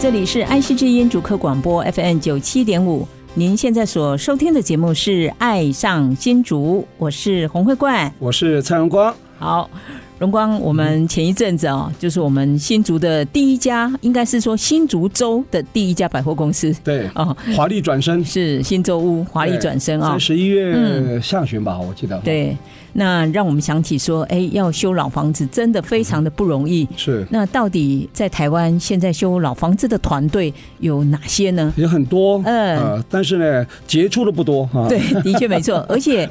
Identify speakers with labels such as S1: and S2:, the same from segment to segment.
S1: 这里是安溪之音主客广播 FM 九七点五，您现在所收听的节目是《爱上新竹》，我是洪慧冠。
S2: 我是蔡荣光，
S1: 好，荣光，我们前一阵子哦，就是我们新竹的第一家，应该是说新竹州的第一家百货公司
S2: 对，
S1: 哦，
S2: 华丽转身，
S1: 是新洲屋华丽
S2: 对
S1: 转身啊、
S2: 在十一月下旬吧，我记得，，
S1: 对，那让我们想起说，哎，要修老房子真的非常的不容易。
S2: 是
S1: 那到底在台湾现在修老房子的团队有哪些 呢？
S2: 有很多，
S1: 嗯
S2: 呃，但是呢，杰出的不多啊哈，
S1: 对，的确没错，而且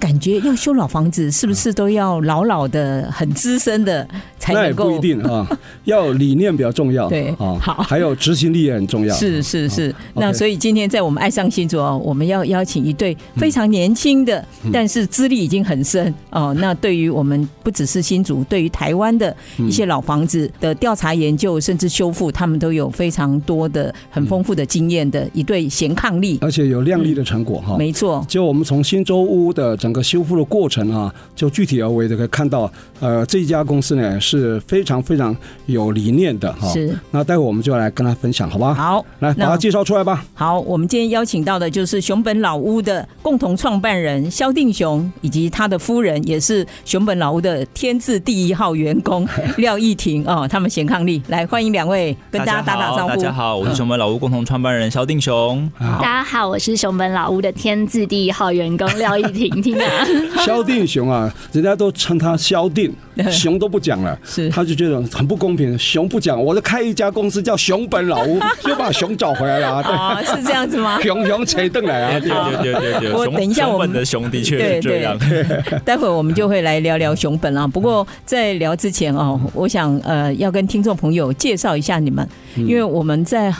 S1: 感觉要修老房子，是不是都要老老的、很资深的才
S2: 那
S1: 能
S2: 也
S1: 够？
S2: 不一 定啊，要理念比较重要，
S1: 对
S2: 啊，
S1: 好
S2: 还有执行力也很重要，
S1: 是是是，那
S2: 哦 OK
S1: 所以今天在我们爱上新竹哦，我们要邀请一对
S2: 嗯
S1: 非常年轻的，但是资历已经很深哦。那对于我们不只是新竹，对于台湾的
S2: 嗯
S1: 一些老房子的调查研究，甚至修复，他们都有非常多的、
S2: 嗯
S1: 很丰富的经验的一对贤伉俪。
S2: 而且有亮丽的成果哈。啊
S1: 没错，
S2: 就我们从新洲屋的整个修复的过程啊，就具体而为的可以看到，呃，这家公司呢是非常非常有理念的哈。
S1: 是
S2: 那待会我们就来跟他分享，好吧？，
S1: 好，
S2: 来把
S1: 那
S2: 它介绍出来吧。
S1: 好，我们今天邀请到的就是熊本老屋的共同创办人萧定雄，以及他的夫人，也是熊本老屋的天字第一号员 工廖义婷哦，他们显抗力来欢迎两位，跟大家打打
S3: 好
S1: 招呼。
S3: 大家好，我是熊本老屋共同创办人萧定雄。
S2: 好
S4: 大家好，我是熊本老屋的天字第一号员工廖一婷。听啊，
S2: 萧定雄啊，人家都称他萧定，熊都不讲了，
S1: 是
S2: 他就觉得很不公平，熊不讲，我就开一家公司叫熊本老屋， 就把熊找回来了啊，
S1: 啊、是这样子吗
S2: 对，？熊熊锤凳来啊，对
S3: 对对对对
S1: 我
S3: 熊
S1: 等一下我
S3: 熊
S1: 们
S3: 本的熊的确
S1: 对
S3: 是这
S1: 对
S3: 样。
S1: 待会儿我们就会来聊聊熊本啊。不过在聊之前哦，我想呃要跟听众朋友介绍一下你们，
S3: 嗯
S1: 因为我们在。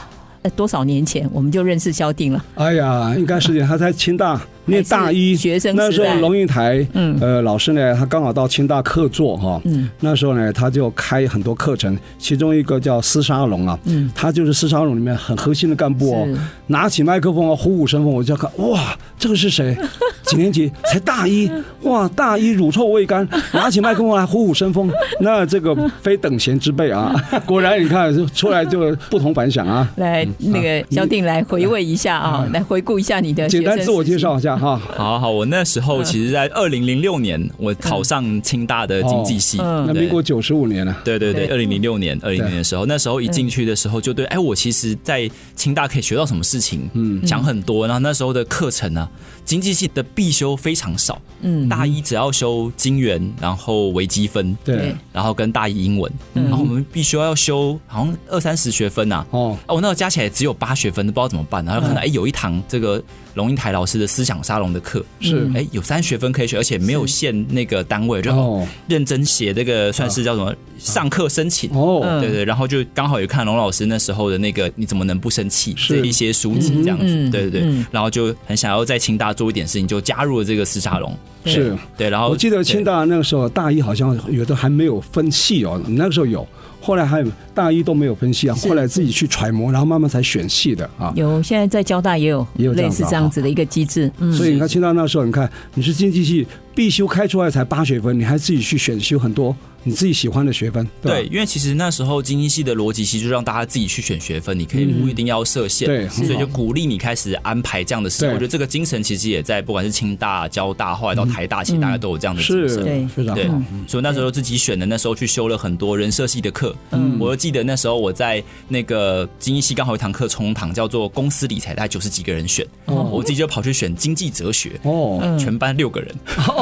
S1: 呃多少年前我们就认识萧定了？
S2: 哎呀，应该是他在清大念大一，
S1: 学生时代
S2: 那时候龙应台，
S1: 嗯
S2: 呃，老师呢，他刚好到清大客座哈，
S1: 嗯，
S2: 那时候呢，他就开很多课程，其中一个叫丝沙龙啊，
S1: 嗯，
S2: 他就是丝沙龙里面很核心的干部哦
S1: 是，
S2: 拿起麦克风啊，虎虎生风，我就看，哇，这个是 谁？几年级？才大一，哇，大一乳臭未干，拿起麦克风来虎虎生风，那这个非等闲之辈啊！ 果然，你看出来就不同凡响啊。
S1: 来，那个萧定来回味一下啊，来回顾一下你的
S2: 嗯简单
S1: 学生
S2: 自我介
S1: 时期。
S2: 绍一下哈，
S3: 好好，我那时
S1: 嗯
S3: 候其实，在二零零六年，我考上清大的经济系。
S1: 嗯
S2: 那
S3: 对
S2: 民国九十五年啊了、
S3: 对对对，
S1: 对
S3: 二零零六年，二零零年的时候，那时候一进去的时候就对，哎，我其实，在清大可以学到什么事情，嗯，想很多。然后那时候的课程呢、经济系的必修非常少，
S1: 嗯
S3: 大一只要修金元，然后微积分，
S2: 对，
S3: 然后跟大一英文，然后我们必须要修好像二三十学分呐、啊。
S2: 哦，
S3: 哦，我那时候加起来只有八学分，不知道怎么办。
S2: 嗯
S3: 然后看到哎、有一堂这个龙应台老师的思想沙龙的课，
S2: 是
S3: 哎、有三学分可以学，而且没有限那个单位，就
S2: 哦啊
S3: 认真写这个算是叫什么、上课申请。
S2: 哦，
S3: 对对，然后就刚好有看龙老师那时候的那个你怎么能不生气
S2: 是
S3: 这一些书籍这样子，
S1: 嗯嗯
S3: 对对对，
S1: 嗯
S3: 然后就很想要在清大做一点事情，就加入了这个思沙龙。
S2: 是。
S3: 对，然后
S2: 我记得
S3: 对
S2: 清大那个时候大一好像有的还没有分系哦，那个时候有，后来还有大一都没有分系啊，后来自己去揣摩，然后慢慢才选系的啊。
S1: 有，现在在交大也有
S2: 也有这
S1: 类
S2: 样子啊
S1: 似这样子的一个机制。嗯，
S2: 所以你看清大那时候，你看你是经济系必修开出来才八学分，你还自己去选修很多你自己喜欢的学分，
S3: 对，
S2: 吧？
S3: 因为其实那时候经济系的逻辑其实就让大家自己去选学分，你可以不一定要设限，
S2: 对很好
S3: 所以就鼓励你开始安排这样的事。
S2: 对
S3: 我觉得这个精神其实也在不管是清大、交大，后来到台大，其实大家都有这样的精
S2: 嗯是
S3: 神。
S1: 对
S2: 非常
S3: 对
S2: 好。，
S3: 所以那时候自己选的，那时候去修了很多人设系的课。嗯，我就记得那时候我在那个经济系刚好有一堂课冲堂，叫做公司理财，大概九十几个人选，我自己就跑去选经济哲学。
S2: 哦，
S3: 全班六个人，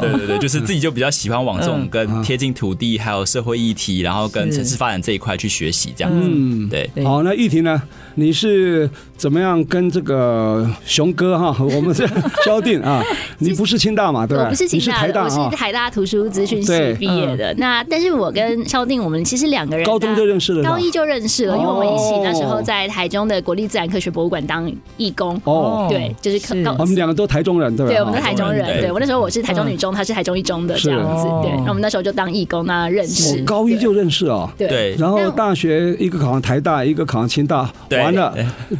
S3: 对对对，就是自己就比较喜欢往这种
S2: 嗯
S3: 跟贴近土地，还有社会议题，然后跟
S1: 是
S3: 城市发展这一块去学习，这样子。
S2: 嗯，
S3: 对，
S1: 对
S2: 好，那玉婷呢？你是怎么样跟这个熊哥 哈，我们是交定啊？你不是清大嘛，对吧？
S4: 我不是清
S2: 你是
S4: 大
S2: 台
S4: 的，
S2: 大
S4: 我
S2: 啊
S4: 是，台大图书资讯系
S2: 对嗯
S4: 毕业的。那但是我跟萧定，我们其实两个人
S2: 高中
S4: 大
S2: 就认识了，
S4: 高一就认识了，因为我们一起
S2: 哦
S4: 那时候在台中的国立自然科学博物馆当义工。
S2: 哦，
S4: 对，就是可
S1: 是
S4: 高
S2: 我们两个都台中人，啊对吧？嗯
S4: 对，我们是台中人
S3: 台中人。
S4: 对我那时候我是台中女中，她是台中一中的
S2: 是
S4: 这样子
S1: 哦。
S4: 对，那我们那时候就当义工，那认
S2: 我
S4: 识。
S2: 哦高一就认识啊。
S4: 对对。
S3: 对，
S2: 然后
S4: 但
S2: 大学一个考上台大，一个考上清大，
S3: 对
S2: 完了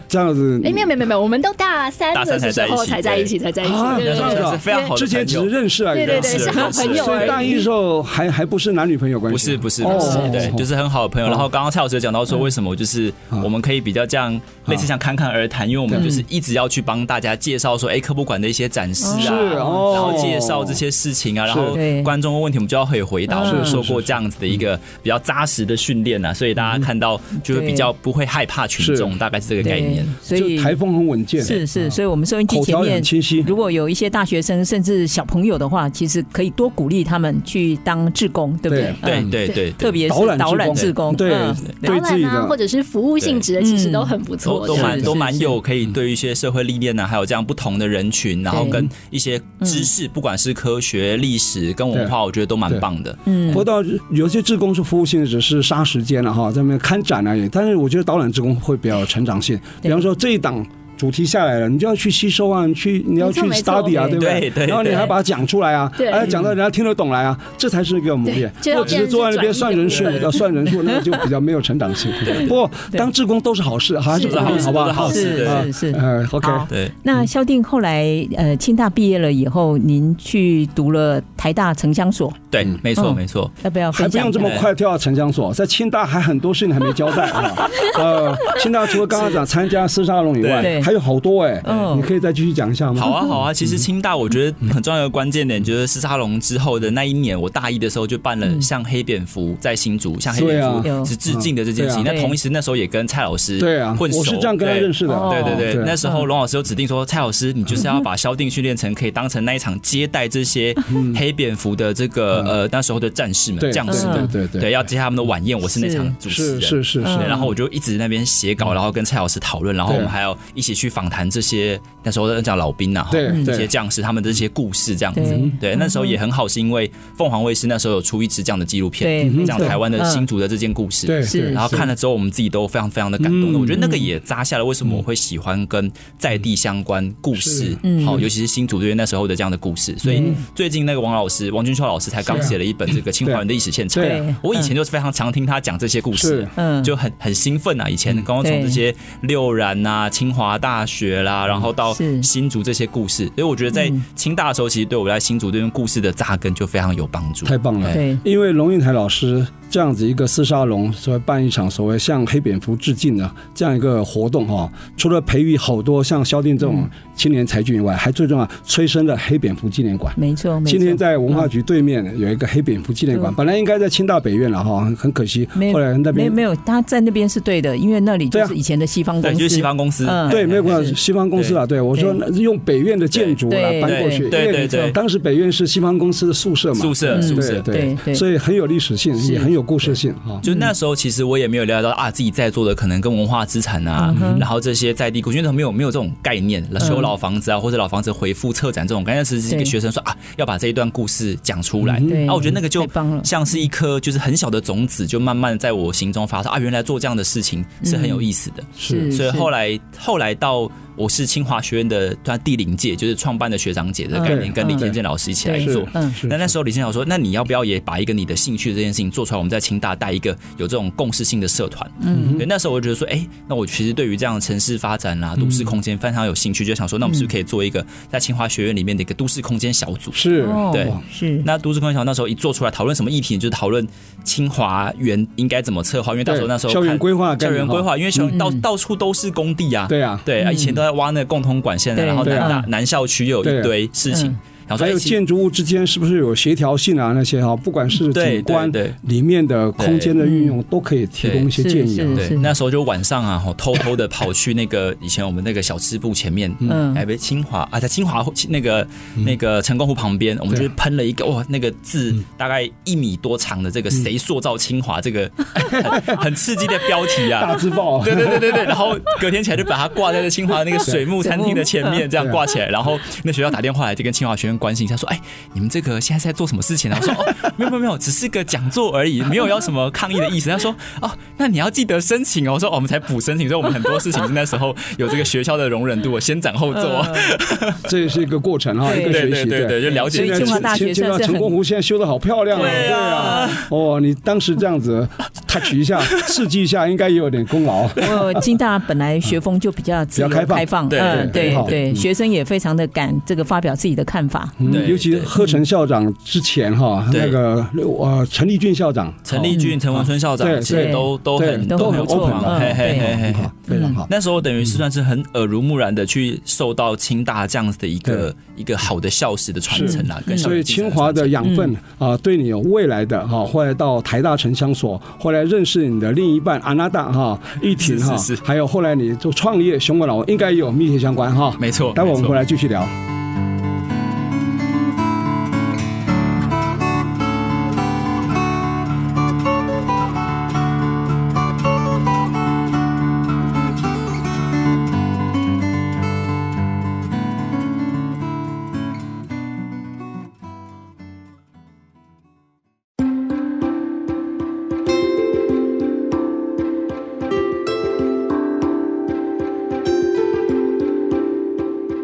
S2: 这样子
S4: 哎，没有没有没有没有，我们都大三
S3: 大三
S4: 的
S3: 才
S4: 时
S3: 在一
S4: 候
S3: 起
S4: 才在一起，才在一起。
S2: 啊
S4: 对
S3: 那
S4: 对
S3: 时候
S4: 对
S3: 算是非常好的
S2: 之前
S3: 朋
S2: 只
S3: 友
S2: 是认识而已
S4: 对
S2: 啊。
S4: 对对，
S3: 认识
S4: 是好朋友
S2: 所
S4: 而
S2: 以
S4: 已。
S2: 大一时候还还不是男女朋友关系，
S3: 不是不是
S2: 哦
S3: 不是
S2: 哦，
S3: 对，
S2: 哦嗯
S3: 就是很好的朋友。然后刚刚蔡老师有讲到说，为什么就是我们可以比较这样类似像侃侃而谈，因为我们就是一直要去帮大家介绍说，哎，科博馆的一些展示
S2: 是
S3: 啊，
S2: 哦，
S3: 然后介绍这些事情啊，然后
S1: 对
S3: 观众问问题，我们就要可以回答。
S1: 是
S3: 我们
S2: 是
S3: 受
S2: 是
S3: 过
S2: 是嗯
S3: 这样子的一个比较扎实的训练啊，所以大家看到就会比较不会害怕群众，
S2: 是
S3: 大概是这个概
S1: 对
S3: 念。，
S1: 所
S2: 就
S1: 以
S2: 台风很稳健，
S1: 是是，所以我们收音机
S2: 口
S1: 前
S2: 条也
S1: 面
S2: 很清晰。
S1: 如果有一些大学生甚至小朋友的话，其实可以多鼓励他们去当志工，对不对？
S3: 对
S1: 嗯，
S3: 对对
S1: 特
S3: 对，
S1: 别
S2: 导
S1: 是
S2: 览
S1: 导览
S2: 志
S1: 志
S2: 工
S1: 工，
S2: 对
S1: 嗯
S2: 对
S4: 导
S2: 自己
S4: 览
S2: 的
S4: 啊，或者是服务性质的，其实
S1: 嗯
S4: 都很不
S3: 都
S4: 错的。
S3: 都蛮
S1: 是
S3: 都蛮
S1: 是
S3: 有可以对一些社会历练呢，啊还有这样不同的人群，然后
S1: 对
S3: 跟一些知
S2: 嗯
S3: 识，不管是科学、历史跟文化，我觉得都蛮
S2: 对
S3: 棒的。
S1: 嗯
S2: 不到有些志工是服务性质，只是杀时间了哈，在那边看展而已。但是我觉得导览志工会比较有成长性，比
S1: 对
S2: 方说这一档。主题下来了，你就要去吸收啊，你去你要去
S4: 没错
S2: study 啊，
S1: 没错
S2: 对不
S3: 对对
S2: 然后你还
S3: 对
S2: 把它讲出来啊，
S4: 对
S2: 哎，讲到人家听得懂来啊，这才是一个磨练。
S4: 对就
S2: 我只是坐在那边算人数，
S4: 要变成
S2: 要算人数，那 个就比较没有成长性。不过当志工都是好事，还是
S3: 都
S2: 鼓
S3: 是好
S2: 励
S3: 事
S2: 好不
S3: 都是
S2: 好？
S3: 好事
S1: 是
S3: 对
S1: 是是。
S2: 呃，OK，
S1: 好
S3: 对，
S1: 那萧定后来呃，清大毕业了以后，您去读了台大城乡所，
S3: 对，没错
S1: 嗯
S3: 没错。
S1: 要不要
S2: 还
S1: 分
S2: 不
S1: 享
S2: 用
S1: 一
S2: 这
S1: 下？
S2: 么快跳到城乡所，在清大还很多事情还没交代 啊。呃，清大除了刚刚讲参加四沙龙以外，
S1: 对
S2: 还有好多哎、
S1: 嗯
S2: 你可以再继续讲一下吗？
S3: 好，啊，好啊。其实清大我觉得很重要的关键点，就是斯沙龙之后的那一年，我大一的时候就办了像黑蝙蝠在新竹，像
S2: 嗯
S3: 黑
S2: 对
S3: 蝙
S2: 啊
S1: 有
S3: 蝠是致敬的这件事情。
S2: 嗯
S3: 那
S1: 对啊
S3: 同时那时候也跟蔡老师
S2: 对啊，
S3: 混熟，
S2: 我是这样跟他
S3: 对
S2: 认识的。
S1: 哦
S3: 对对
S2: 对
S3: 对，那时候龙老师有指定说，蔡老师，你就是要把萧定训练成可以当成那一场接待这些
S1: 嗯
S3: 黑蝙蝠的这个呃那时候的战士们、
S2: 嗯对
S3: 将士
S2: 对
S1: 嗯
S3: 们，
S2: 对对
S3: 对，要接他们的晚宴，我是那场主
S2: 是
S3: 持人，
S2: 是嗯是
S3: 对，
S2: 是，
S3: 然后我就一直在那边写稿，然后跟蔡老师讨论，然后我们还要一起去访谈这些那时候叫老兵啊，
S2: 对
S3: 这
S2: 对
S3: 些将士他们的这些故事这样子
S1: 对。
S3: 对，那时候也很好，是因为凤凰卫视那时候有出一支这样的纪录
S1: 对
S3: 片，
S1: 没
S3: 讲
S1: 错
S3: 台湾的
S1: 嗯
S3: 新竹的这件故事。
S2: 对
S1: 是
S2: 对，
S3: 然后看
S2: 了
S3: 了之后，我们自己都非常非常的感动的。
S2: 嗯
S3: 我觉得那个也扎下了为什么我会喜欢跟在地相关故事
S2: 是，嗯
S1: 嗯
S3: 好，尤其是新组队那时候的这样的故事。所以最近那个王老师，王君秋老师才刚写了一本这个清华人的历史现场
S2: 啊对啊
S1: 对。
S3: 我以前就是非常常听他讲这些故事
S2: 是。嗯
S1: 嗯，
S3: 就很很兴奋啊！以前刚刚从
S1: 对
S3: 这些六然啊、清华大学啦，然后到
S1: 是嗯
S3: 新竹这些故事，所以我觉得在清大的时候，其实对我在新竹这边故事的扎根就非常有帮助。
S2: 太棒了。
S1: 对
S2: 因为龙应台老师这样子一个四沙龙，所以办一场所谓向黑蝙蝠致敬的这样一个活动哈、除了培育好多像萧定这
S1: 嗯
S2: 种青年才俊以外，还最重要催生了黑蝙蝠纪念馆。
S1: 没错没错。
S2: 今天在文化局对
S3: 嗯
S2: 面有一个黑蝙蝠纪念馆，
S1: 嗯
S2: 本来应该在清大北院了哈，很可惜，
S1: 没
S2: 后来那
S1: 没有
S2: 边
S1: 没有，他在那边是对的，因为那里
S2: 对
S1: 就
S2: 啊
S1: 是以前的西方公
S3: 对，
S1: 司，
S3: 就是西方公司，
S1: 嗯
S2: 对没有
S3: 关
S2: 关
S3: 系。
S2: 系，西方公司啊，对我说那用北院的建筑来
S1: 对
S2: 搬过去，
S3: 对
S2: 因为
S3: 对对
S2: 当时北院是西方公司的宿舍嘛，
S3: 宿舍
S2: 嗯
S3: 宿舍
S2: 对对
S1: 对对
S2: 所以很有历史性，也很有故事性哈。
S3: 就那时候，其实我也没有了解到啊，自己在座的可能跟文化资产啊，然后这些在地故居，因为没有没有这种概念，修老房子啊，或者老房子回复策展这种概念，只是给
S1: 对
S3: 学生说啊，要把这一段故事讲出来。
S1: 对
S3: 啊，我觉得那个就
S1: 太棒了
S3: 像是一颗就是很小的种子，就慢慢在
S2: 嗯
S3: 我心中发酵啊，原来做这样的事情是很有意思的。
S1: 是，
S3: 所以
S1: 是
S3: 后来后来到我是清华学院的他第零届，就是创办的学长姐的概念，
S1: 嗯
S3: 跟李
S1: 嗯
S3: 天健老师一起来
S1: 对
S3: 做。
S1: 嗯
S2: 是
S3: 那那时候李先生说，那你要不要也把一个你的兴趣这件事情做出来？我们在清大带一个有这种共识性的社团。嗯，对，那时候我就觉得说，哎、那我其实对于这样的城市发展啦、啊都
S2: 嗯
S3: 市空间非常有兴趣，就想说，那我们是不是可以做一个在清华学院里面的一个都市空间小组？
S2: 是，
S1: 哦
S3: 对
S1: 是
S3: 那都市空间小组那时候一做出来，讨论什么议题，就是讨论清华园应该怎么策划，因为到时候
S2: 对
S3: 那时候
S2: 校园
S3: 看
S2: 规划的概
S3: 校
S2: 念
S3: 园
S2: 哈
S3: 规划，因为校
S1: 嗯
S3: 到到处都是工地啊，
S2: 对啊，
S3: 对啊，以前都在挖那个共同管线的，
S1: 对
S3: 然后
S2: 对
S3: 南
S2: 啊
S3: 大南校区又有一堆事情
S1: 嗯，
S3: 然后说
S2: 还
S3: 哎
S2: 有
S3: 其实
S2: 建筑物之间是不是有协调性啊？那些哈，不管是
S3: 嗯对
S2: 景观
S3: 对对
S2: 里面的空间的运用，都可以提供一些建议啊。
S1: 是
S3: 对，嗯那时候就晚上啊，吼偷偷的跑去那个以前我们那个小吃部前面，
S1: 嗯
S3: 哎，不是清华啊，在清华那个那个成功湖旁边，我们就是喷了一个哇，那个字大概一米多长的这个“谁塑造清华”这个 很很刺激的标题
S2: 大
S3: 啊。
S2: 字报，
S3: 对对对对对，然后隔天起来就把它挂在那清华那个水木餐厅的前面，这样挂起来。然后那学校打电话来，就跟清华学院关心一下，说：“哎，你们这个现在是在做什么事情啊？”我说：“哦，没有没有没有，只是个讲座而已，没有要什么抗议的意思。”他说：“哦，那你要记得申请哦。”我说：“哦我们才补申请，所以我们很多事情是那时候有这个学校的容忍度，先斩后奏。
S2: 这也是一个过程啊，一个
S3: 对
S2: 学
S3: 对
S2: 习。
S3: 对对，就了
S2: 现
S3: 解一
S1: 所
S2: 在
S3: 下
S1: 以清华大学
S2: 现在
S1: 算是很
S2: 成功湖现在修的好漂亮啊！
S3: 对
S2: 对
S3: 啊
S2: 啊，哦，你当时这样子 touch 一 下，刺激一下，应该也有点功劳。
S1: 我清大本来学风就比较自由
S2: 比较开放
S1: 放，
S3: 对
S1: 嗯
S2: 对
S1: 对
S2: 很好
S1: 对，学生也非常的敢这个发表自己的看法，
S2: 嗯
S3: 对
S2: 尤其
S3: 对
S2: 贺成校长之前哈，
S3: 对
S2: 那个呃陈立俊校长，哦
S3: 陈立俊、陈文春校长
S2: 对
S3: 其实
S1: 对
S3: 都都
S2: 对
S3: 很
S1: 都很
S3: 有
S1: 不错
S3: 帮忙
S1: 嗯
S3: 嘿嘿嘿嘿
S2: 很
S3: 嘿
S2: 好，非常好。
S3: 那时候等于是算是很耳濡目染的去受到清大这样子的一个一个好的校史的传承啦，跟校
S2: 所以
S3: 园精神
S2: 清
S3: 的
S2: 华的
S3: 传承
S2: 养分
S3: 嗯
S2: 啊、对你有未来的哈、后来到台大城乡所，后来认识你的另一半安娜达哈，一婷哈
S3: 是是是，
S2: 还有后来你做创业熊本老王，应该也有密切相关哈。
S3: 没错，
S2: 待会我们
S3: 没错
S2: 回来继续聊。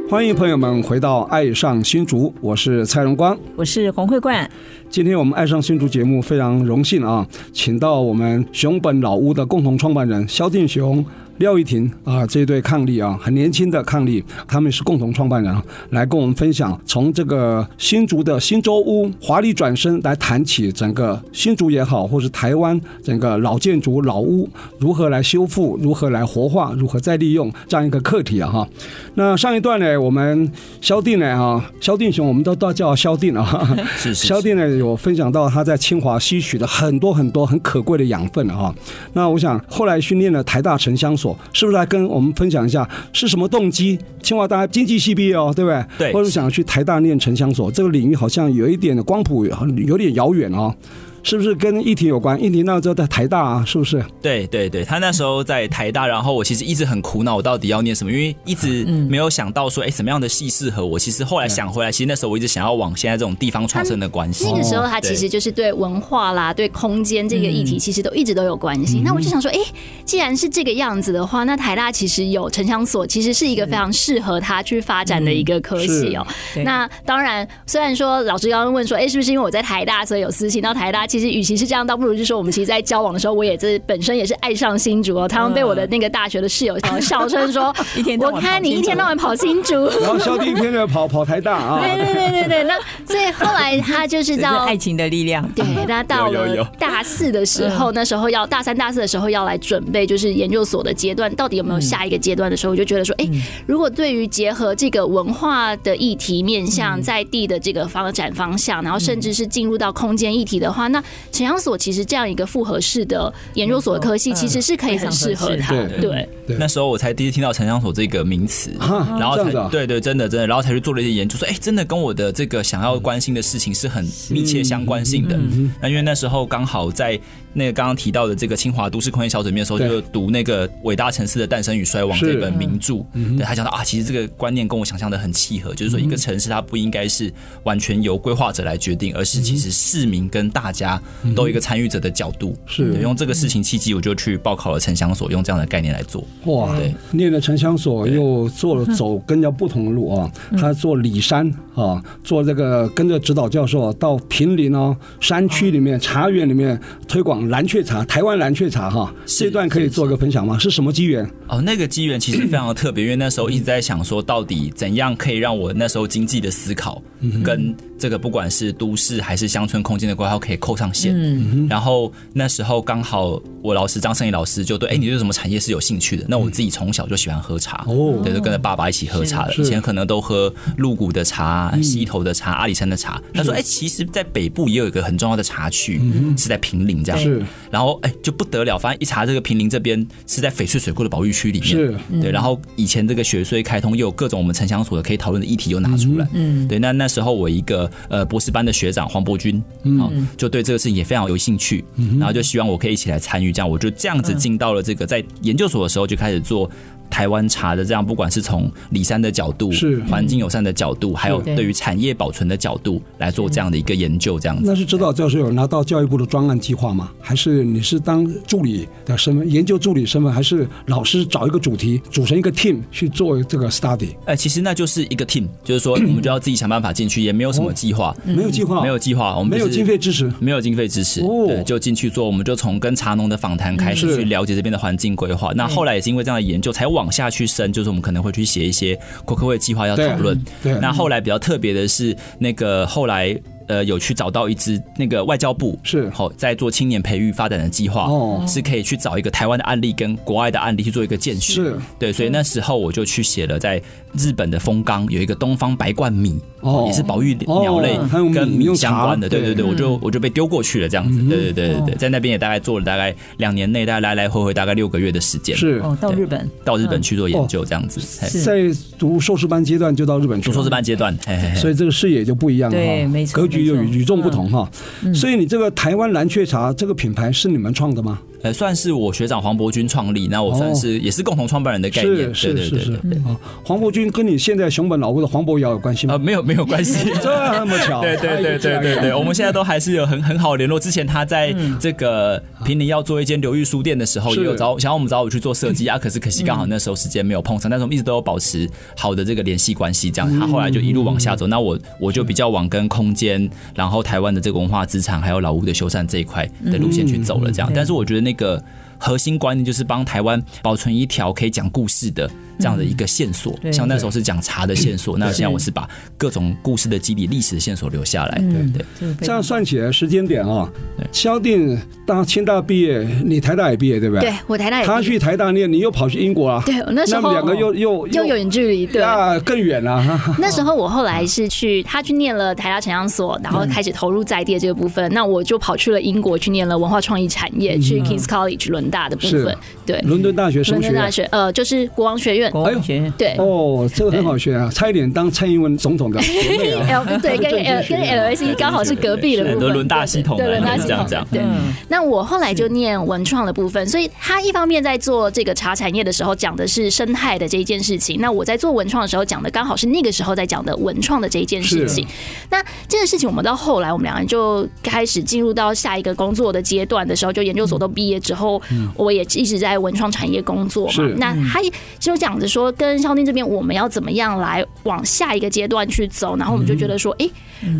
S2: 欢迎朋友们回到《爱上新竹》，我是蔡荣光。
S1: 我是黄慧冠，
S2: 今天我们《爱上新竹》节目非常荣幸啊，请到我们熊本老屋的共同创办人萧敬雄、廖一婷啊这一对伉俪啊，很年轻的伉俪，他们是共同创办人啊，来跟我们分享从这个新竹的新洲屋华丽转身来谈起整个新竹也好，或是台湾整个老建筑老屋如何来修复、如何来活化、如何再利用这样一个课题啊哈。那上一段呢，我们萧定呢哈，萧定雄我们都都叫萧定 啊。
S3: 是是
S2: 萧
S3: 是，
S2: 弟呢有分享到他在清华吸取了很多很多很可贵的养分啊。那我想后来训练了台大城乡所，是不是来跟我们分享一下是什么动机？清华大学经济系毕业哦，对不对？
S3: 对
S2: 或者想去台大念城乡所，这个领域好像有一点的光谱有点遥远哦，是不是跟议题有关？议题那时候在台大、啊，是不 是？
S3: 对对对，他那时候在台大，然后我其实一直很苦恼，我到底要念什么，因为一直
S2: 嗯
S3: 没有想到说，哎，什么样的系适合我。其实后来想回来，其实那时候我一直想要往现在这种地方创生的关系
S4: 那。个时候，他
S3: 哦对
S4: 其实就是对文化啦、对空间这个议题，其实都一直都有关系。那我就想说，哎、既然是这个样子的话，那台大其实有城乡所，其实是一个非常适合他去发展的一个科系哦、
S1: 对，
S4: 那当然，虽然说老师刚刚问说，哎、是不是因为我在台大，所以有私信到台大？其实与其是这样，倒不如就说我们其实，在交往的时候，我也是本身也是爱上新竹哦、他们被我的那个大学的室友呃笑称说
S1: 一天到晚
S4: 我看你
S1: 跑新竹
S4: 一天到晚跑新竹。
S2: 然后萧弟一天就跑跑台大啊，
S4: 对对对对对，那所以后来他就
S1: 这
S4: 是
S1: 是
S4: 到
S1: 爱情的力量。
S4: 对，那到
S3: 有有有
S4: 了大四的时
S1: 嗯
S4: 候，那时候要大三、大四的时候要来准备，就是研究所的阶段，到底有没有下一个阶段的时候，我就觉得说，哎，
S1: 嗯
S4: 如果对于结合这个文化的议题面向，在地的这个发展方向，然后甚至是进入到空间议题的话，
S1: 嗯
S4: 那城乡所其实这样一个复合式的研究所科系，
S1: 嗯
S4: 其实是可
S1: 非
S4: 以很
S1: 常
S4: 适合
S1: 合适
S4: 它。
S2: 对
S4: 对，
S2: 对
S3: 那时候我才第一次听到城乡所这个名词，
S2: 哈
S3: 然后
S2: 这样
S3: 才
S2: 子啊
S3: 对对，真的真的，然后才去做了一些研究，说哎，真的跟我的这个想要关心的事情是很密切相关性的。
S2: 嗯
S3: 那因为那时候刚好在那个刚刚提到的这个清华都市空间小组里面的时候，
S2: 对
S3: 就读那个《伟大城市的诞生与衰亡》
S2: 是嗯
S3: 这本名著，对他讲到啊，其实这个观念跟我想象的很契合，
S2: 嗯
S3: 就是说一个城市它不应该是完全由规划者来决定，而是其实市民跟大家家都有一个参与者的角度，
S2: 是
S3: 对用这个事情契机，我就去报考了城乡所，用这样的概念来做。
S2: 哇
S3: 对，
S2: 念了城乡所，又做了走跟着不同的路啊，
S3: 嗯
S2: 他做里山啊，做这个跟着指导教授啊到平林哦山区里面茶园里面推广蓝雀茶，台湾蓝雀茶哈，
S3: 是
S2: 这段可以做个分享吗？是什么机缘？
S3: 哦，那个机缘其实非常的特别，因为那时候一直在想说，到底怎样可以让我那时候经济的思考
S2: 嗯
S3: 跟这个不管是都市还是乡村空间的规划可以扣上线。
S2: 嗯
S3: 然后那时候刚好我老师张胜义老师就
S2: 嗯
S3: 对，哎，你对什么产业是有兴趣的？那我自己从小就喜欢喝茶，
S2: 哦
S3: 对，就跟着爸爸一起喝茶的。
S2: 是嗯
S3: 以前可能都喝鹿谷的茶、啊溪头的茶、阿里山的茶。他说，哎，其实，在北部也有一个很重要的茶区是在平陵这样。
S2: 嗯是
S3: 然后哎就不得了，发现一查这个平陵这边是在翡翠水库的保育区里面，
S2: 是
S3: 对。然后以前这个雪穗开通，又有各种我们城乡所的可以讨论的议题又拿出来，嗯，对。那那时候我一个呃博士班的学长黄伯君，嗯，就对这个事情也非常有兴趣，然后就希望我可以一起来参与，这样我就这样子进到了这个在研究所的时候就开始做。台湾茶的这样，不管是从里山的角度、
S2: 是
S3: 环境友善的角度，还有
S1: 对
S3: 对于产业保存的角度来做这样的一个研究，这样子。
S2: 那是指导教授有拿到教育部的专案计划吗？还是你是当助理的身份，研究助理身份，还是老师找一个主题，组成一个 team 去做这个 study？
S3: 哎，其实那就是一个 team，就是说我们就要自己想办法进去，也没有什
S2: 哦
S3: 么计划，
S2: 没有计划，
S3: 嗯没有计划，我们
S2: 没
S3: 就
S2: 有
S3: 是
S2: 经费支持。
S3: 没有经费支持，
S2: 哦嗯
S3: 对，就进去做，我们就从跟茶农的访谈开
S2: 是
S3: 始去了解这边的环境规划。那后来也是因为这样的研究，才往下去深，就是我们可能会去写一些国科会计划要呃讨论。
S2: 对，
S3: 那后来比较特别的是，那个后来呃有去找到一支那个外交部
S2: 是
S3: 好、在做青年培育发展的计划，
S2: 哦
S3: 是可以去找一个台湾的案例跟国外的案例去做一个鉴识。
S2: 是
S3: 对，所以那时候我就去写了，在日本的丰冈有一个东方白冠米。
S2: 哦
S3: 也是保育
S2: 哦
S3: 鸟类
S2: 还有米
S3: 跟
S2: 用
S3: 米相关的，
S2: 茶嗯
S3: 对对对，我就我就被丢过去了这样子，对对对
S2: 哦
S3: 对对，在那边也大概做了大概两年内，大概来来回回大概六个月的时间，
S2: 是哦
S1: 哦，到
S3: 对
S1: 日本，
S3: 到日本去做研究这样子，嘿
S1: 是
S2: 在读硕士班阶段就到日本去
S3: 读
S2: 了，
S3: 硕士班阶段，嘿嘿嘿
S2: 所以这个视野就不一样了哈，
S1: 对没错
S2: 格局又
S1: 没错嗯
S2: 与与众不同哈。所以你这个台湾蓝雀茶这个品牌是你们创的吗？
S3: 呃，算是我学长黄伯钧创立，那我算是、也是共同创办人的概念，
S2: 是
S3: 对
S2: 哦是
S3: 对
S2: 是
S3: 对
S2: 是
S3: 对。
S2: 啊，黄伯钧跟你现在熊本老屋的黄伯尧有关系吗？
S3: 啊、没有没有 关系。
S2: 这么巧，
S3: 呃
S2: 哎
S3: 对对对对对对，我们现在都还是有很很好的联络。之前他在这个平林要做一间流域书店的时候，
S2: 嗯是
S3: 也有找哦想要我们找我去做 设计啊，可是可惜刚
S1: 嗯
S3: 好那时候时间没有碰上，但是我们一直都有保持好的这个联系关系。这样，
S1: 嗯
S3: 他后来就一路往下走，那我我就比较往跟空间，然后台湾的这个文化资产还有老屋的修缮这一块的路线去走
S1: 嗯
S3: 了。这样，但是我觉得那个。核心观念就是帮台湾保存一条可以讲故事的这样的一个线索，
S1: 嗯对
S3: 像那时候是讲茶的线索，那现在我是把各种故事的基底、历史的线索留下来。
S1: 嗯
S3: 对，
S1: 这个非
S2: 这
S1: 常
S2: 样算起来时间点啊
S3: 对，
S2: 萧定大清大毕业，你台大也毕业对不对？
S4: 对我台大也
S2: 他去台大念，你又跑去英国啊？
S4: 对我那时
S2: 那
S4: 候
S2: 么两个又又
S4: 又有点距离，对。
S2: 啊更远了哈哈。
S4: 那时候我后来是去，他去念了台大城乡所，然后开始投入在地的这个部分。那我就跑去了英国去念了文化创意产
S1: 嗯
S4: 业，去 Kings College 伦大的部
S2: 是
S4: 分。对，
S2: 伦敦大学
S4: 伦
S2: 升学
S4: 敦，大学，呃，就是国王学院。
S1: 国
S2: 哎呦
S1: 王学院
S4: 对，
S2: 哦，这个很好学啊，差一点当蔡英文总统的学妹啊。
S4: L 对，跟 L 跟 LAC 刚好是隔壁的部
S3: 很
S4: 分，
S3: 多伦大系统
S4: 对
S3: 的，
S4: 伦大系
S3: 这样
S4: 统
S3: 这样。
S4: 对，
S1: 嗯
S4: 那我后来就念文创的部分，所以他一方面在做这个茶产业的时候讲的是生态的这一件事情，那我在做文创的时候讲的刚好是那个时候在讲的文创的这一件事情。那这件事情我们到后来，我们两个人就开始进入到下一个工作的阶段的时候，就研究所都毕业之后，我也一直在文创产业工作嘛
S2: 是。
S4: 那他就讲着说，跟肖丁这边我们要怎么样来往下一个阶段去走，然后我们就觉得说，诶，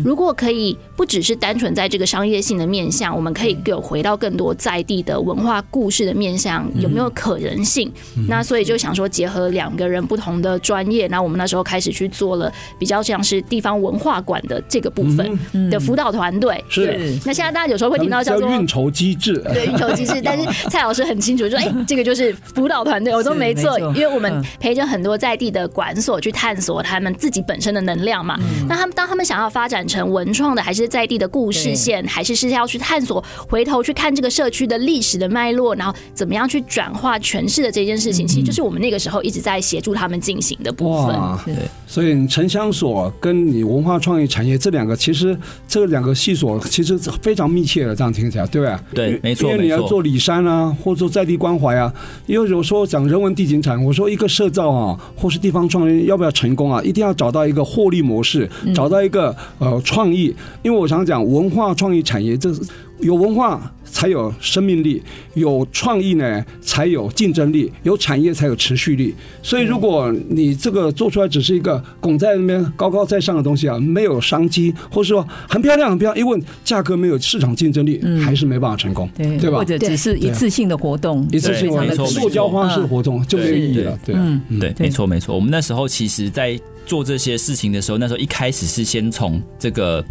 S4: 如果可以不只是单纯在这个商业性的面向，我们可以有回到更多在地的文化故事的面向，有没有可能性？
S2: 嗯
S4: 那所以就想说，结合两个人不同的专业，那我们那时候开始去做了比较像是地方文化馆的这个部分的辅导团队。
S2: 嗯是
S4: 对那现在大家有时候会听到叫
S2: 叫
S4: 做
S2: 运筹机制，
S4: 对运筹机制，但是蔡老师很清楚，就说哎、这个就是辅导团队，我说
S1: 是
S4: 没错
S1: 没，错
S4: 因为我们
S1: 嗯
S4: 陪着很多在地的管所去探索他们自己本身的能量嘛。那他们当他们想要发展成文创的，还是在地的故事线，还是是要去探索，回头去看这个社区的历史的脉络，然后怎么样去转化诠释的这件事情，其实就是我们那个时候一直在协助他们进行的部分。
S2: 哇
S1: 是！
S2: 所以城乡所跟你文化创意产业这两个，其实这两个系所其实非常密切的，这样听起来，对不对？
S3: 对
S2: 因为
S3: 没错
S2: 因为你要
S3: 没错
S2: 做里山啊，或做在地关怀啊，因为有时候讲人文地景产，我说一个社造啊，或是地方创业要不要成功啊，一定要找到一个
S1: 嗯
S2: 获利模式，找到一个呃创意，因为我常讲文化创意产业这。有文化才有生命力，有创意呢才有竞争力，有产业才有持续力。所以，如果你这个做出来只是一个拱在那边高高在上的东西啊，没有商机，或是说很漂亮很漂亮，一问价格没有市场竞争力，还是没办法成功，
S1: 嗯对
S2: 对吧？
S1: 或者只是一次性的活动，
S2: 一次性
S3: 对
S2: 完
S3: 没错嗯
S2: 塑胶花式活动就没有意义了，对啊。
S1: 嗯，
S3: 对，
S1: 对
S3: 没错没错。我们那时候其实，在做这些事情的时候，那时候一开始是先从这个。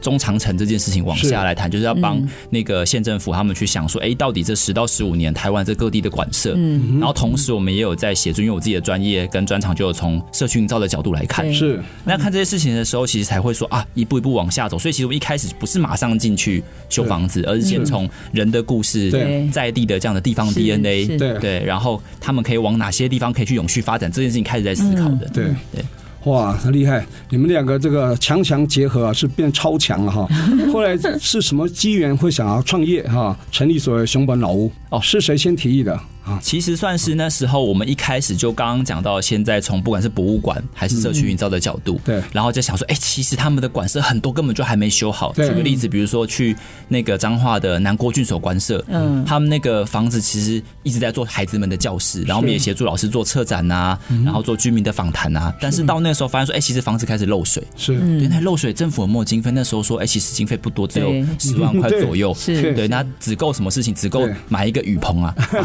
S3: 中长程这件事情往
S2: 是
S3: 下来谈，就是要帮那个县政府他们去想说，哎、到底这十到十五年台湾这各地的馆舍，然后同时我们也有在协助，因为我自己的专业跟专长就有从社区营造的角度来看
S1: 对，
S2: 是
S3: 那看这些事情的时候，其实才会说啊，一步一步往下走。所以其实我们一开始不是马上进去修房子，而是先从人的故事
S1: 嗯对、
S3: 在地的这样的地方
S1: 是
S3: DNA，
S1: 是
S2: 对
S3: 对，然后他们可以往哪些地方可以去永续发展，这件事情开始在思考
S1: 嗯
S3: 的。
S2: 对
S3: 对，
S2: 哇，很厉害！你们两个这个强强结合啊，是变超强了 哈。后来是什么机缘会想要创业哈、成立所谓熊本老屋？
S3: 哦
S2: 是谁先提议的啊？
S3: 其实算是那时候我们一开始就刚刚讲到，现在从不管是博物馆还是社区营造的角度，
S2: 嗯对
S3: 然后就想说，哎、其实他们的馆舍很多根本就还没修好。举
S2: 对
S3: 个例子，比如说去那个彰化的南郭郡所馆舍，嗯，他们那个房子其实一直在做孩子们的教室，然后我们也协助老师做策展啊，
S2: 嗯
S3: 然后做居民的访谈啊，但是到那个时候发现说，哎、其实房子开始漏水。
S2: 是、
S3: 对，那漏水政府有没有经费？那时候说，哎、其实经费不多，只有
S1: 对
S3: 十万块
S2: 对
S3: 左右。
S1: 是
S2: 对
S3: 对，那只够什么事情？只够
S2: 对
S3: 买一个雨棚啊，把它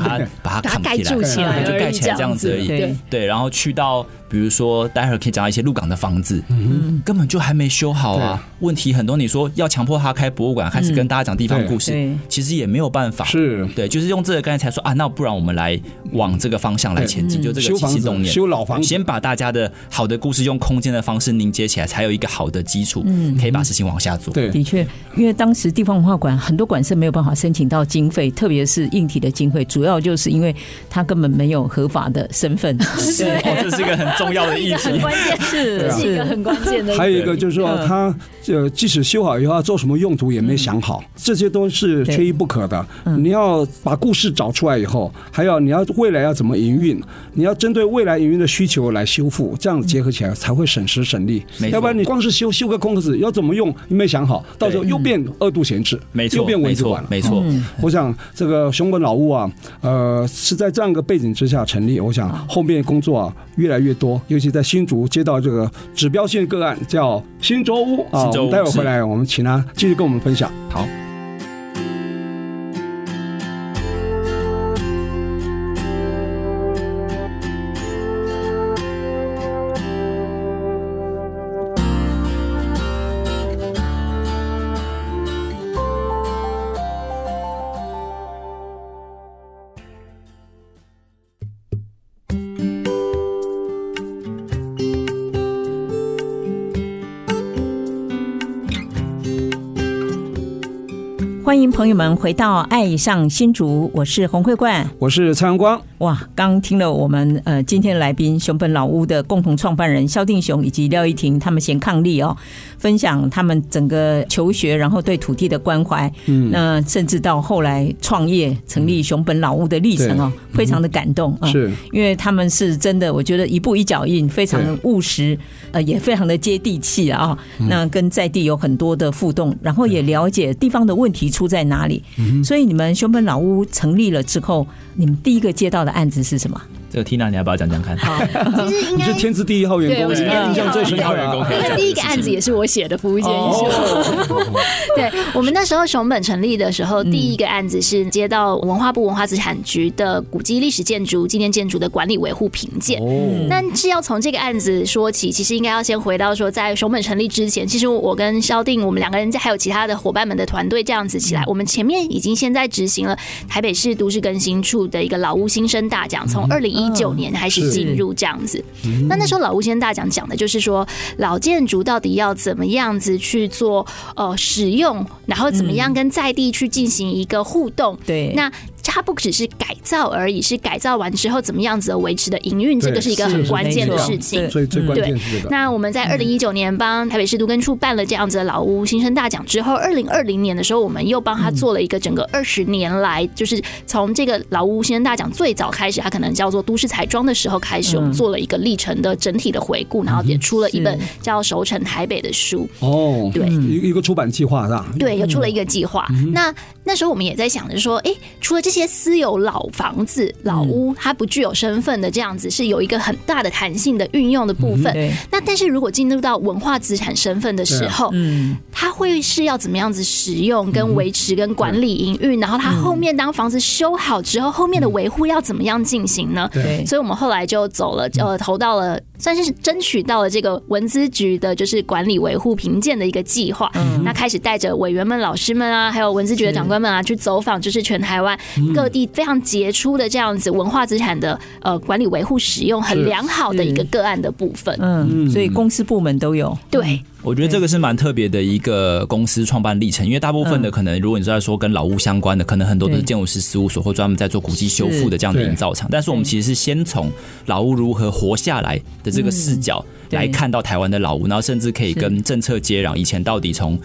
S3: 把它
S4: 把它
S3: 扛
S4: 盖
S3: 起来，
S4: 住起来
S3: 对就
S4: 而
S3: 盖
S4: 已
S3: 起来
S4: 这
S3: 这样
S4: 样
S3: 子而已。
S1: 对
S4: 对，
S3: 对，然后去到比如说，待会儿可以讲到一些鹿港的房子，嗯，根本就还没修好啊，问题很多。你说要强迫他开博物馆，
S4: 嗯
S3: 开始跟大家讲地方故
S1: 对
S3: 事，其实也没有办法。
S2: 是，
S3: 对，就是用这个刚才才说啊，那不然我们来往这个方向来前
S4: 嗯
S3: 进，就这
S2: 修
S3: 个起
S2: 房
S3: 心
S2: 子
S3: 动念，
S2: 修老房子
S3: 先把大家的好的故事用空间的方式凝结起来，才有一个好的基础，可以把事情往下做。
S2: 嗯对
S1: 的确，因为当时地方文化馆很多馆是没有办法申请到经费，特别是硬体的经费，主要就是因为他根本没有合法的身份。
S3: 是， 哦，这是一个很重要的 议题
S4: 很。关键，
S1: 是
S4: 这是一
S1: 啊
S4: 个很关键的。
S2: 还有一个就是说
S1: 嗯，
S2: 它呃，即使修好以后要做什么用途也没想好，
S3: 嗯
S2: 这些都是缺一不可的。你要把故事找出来以后，还要你要未来要怎么营运，你要针对未来营运的需求来修复，这样结合起来才会省时省力。
S3: 没错
S2: 要不然你光是修修个空壳子，要怎么用你没想好，到时候又变二度闲置，
S3: 嗯没错，
S2: 又变
S3: 没
S2: 蚊子
S3: 错
S2: 馆，了。嗯
S3: 没错，
S2: 我想这个熊本老屋啊，呃，是在这样一个背景之下成立。我想后面工作啊越来越多，尤其在新竹接到这个指标性个案叫新洲屋啊，
S3: 新
S2: 我
S3: 洲
S2: 们
S3: 屋
S2: 待会儿回来我们请他继续跟我们分享。
S3: 好。
S1: 欢迎朋友们回到《爱上新竹》，我是洪慧冠。
S2: 我是蔡阳光，
S1: 哇，刚听了我们呃今天的来宾熊本老屋的共同创办人萧定雄以及廖一婷他们贤伉俪哦，分享他们整个求学，然后对土地的关怀，嗯，那甚至到后来创业成立熊本老屋的历程哦，非常的感动啊。
S2: 是
S1: 因为他们是真的，我觉得一步一脚印，非常务实，呃，也非常的接地气啊、
S2: 嗯
S1: 那跟在地有很多的互动，然后也了解地方的问题出在哪里。
S2: 嗯
S1: 所以你们熊本老屋成立了之后，你们第一个接到的案子是什么？
S3: 这个 Tina 你要不要讲讲看？
S4: 其实应
S2: 你是
S4: 该
S2: 天字第一号员
S4: 对
S2: 工，
S4: 我
S2: 你
S4: 是
S2: 应该印象最深刻
S3: 第一号员工
S2: 啊。
S3: 可以
S4: 那个第一个案子也是我写的服务建议书。 对我们那时候熊本成立的时候，第一个案子是接到文化部文化资产局的古迹历史建筑、纪念建筑的管理维护评鉴。
S2: 哦，
S4: 但是要从这个案子说起，其实应该要先回到说，在熊本成立之前，其实我跟萧定，我们两个人在还有其他的伙伴们的团队这样子起来，我们前面已经现在执行了台北市都市更新处的一个老屋新生大奖，从二零一九年开始
S2: 是
S4: 进入这样子。那那时候老屋新生大奖讲的就是说，老建筑到底要怎么样子去做呃使用，然后怎么样跟在地去进行一个互动。
S1: 对，
S4: 那它不只是改造而已，是改造完之后怎么样子维持的营运，这
S2: 对
S4: 个是一个
S1: 是
S4: 很
S1: 是
S4: 关
S1: 没
S4: 键的
S1: 错
S4: 事情。嗯
S1: 对
S2: 最最关键是这个。
S4: 那我们在二零一九年帮台北市都根处办了这样子的老屋新生大奖之后，二零二零年的时候，我们又帮他做了一个整个二十年来，就是从这个老屋新生大奖最早开始，它可能叫做都市彩妆的时候开始，我们做了一个历程的整体的回顾，然后也出了一本
S1: 嗯是
S4: 叫《熟成台北》的书。
S2: 哦，
S4: 对
S2: 一一个出版计划是吧？
S4: 对，又出了一个计划。那那时候我们也在想着说，诶，除了这些私有老房子、老屋，它不具有身份的这样子，是有一个很大的弹性的运用的部分。
S1: 对，
S4: 那但是如果进入到文化资产身份的时候，
S1: 嗯，
S4: 它会是要怎么样子使用、跟维持、跟管理营运，然后它后面当房子修好之后，后面的维护要怎么样进行呢？
S1: 对，
S4: 所以我们后来就走了，
S3: 嗯
S4: 呃，投到了，算是争取到了这个文资局的，就是管理维护评鉴的一个计划。
S3: 嗯
S4: 那开始带着委员们、老师们啊，还有文资局的长官们啊，去走访，就是全台湾
S3: 嗯
S4: 各地非常杰出的这样子文化资产的呃管理维护使用很良好的一个个案的部分。
S1: 嗯，所以公司部门都有，嗯
S4: 对，
S3: 我觉得这个是蛮特别的一个公司创办历程，因为大部分的可能，如果你是在说跟老屋相关的，可能很多都是
S1: 嗯对
S3: 建筑师事务所或专门在做古迹修复的这样的
S2: 是对
S3: 营造厂，但是我们其实是先从老屋如何活下来的这个视角
S1: 对
S3: 来看到台湾的老屋，然后甚至可以跟政策接壤，以前到底从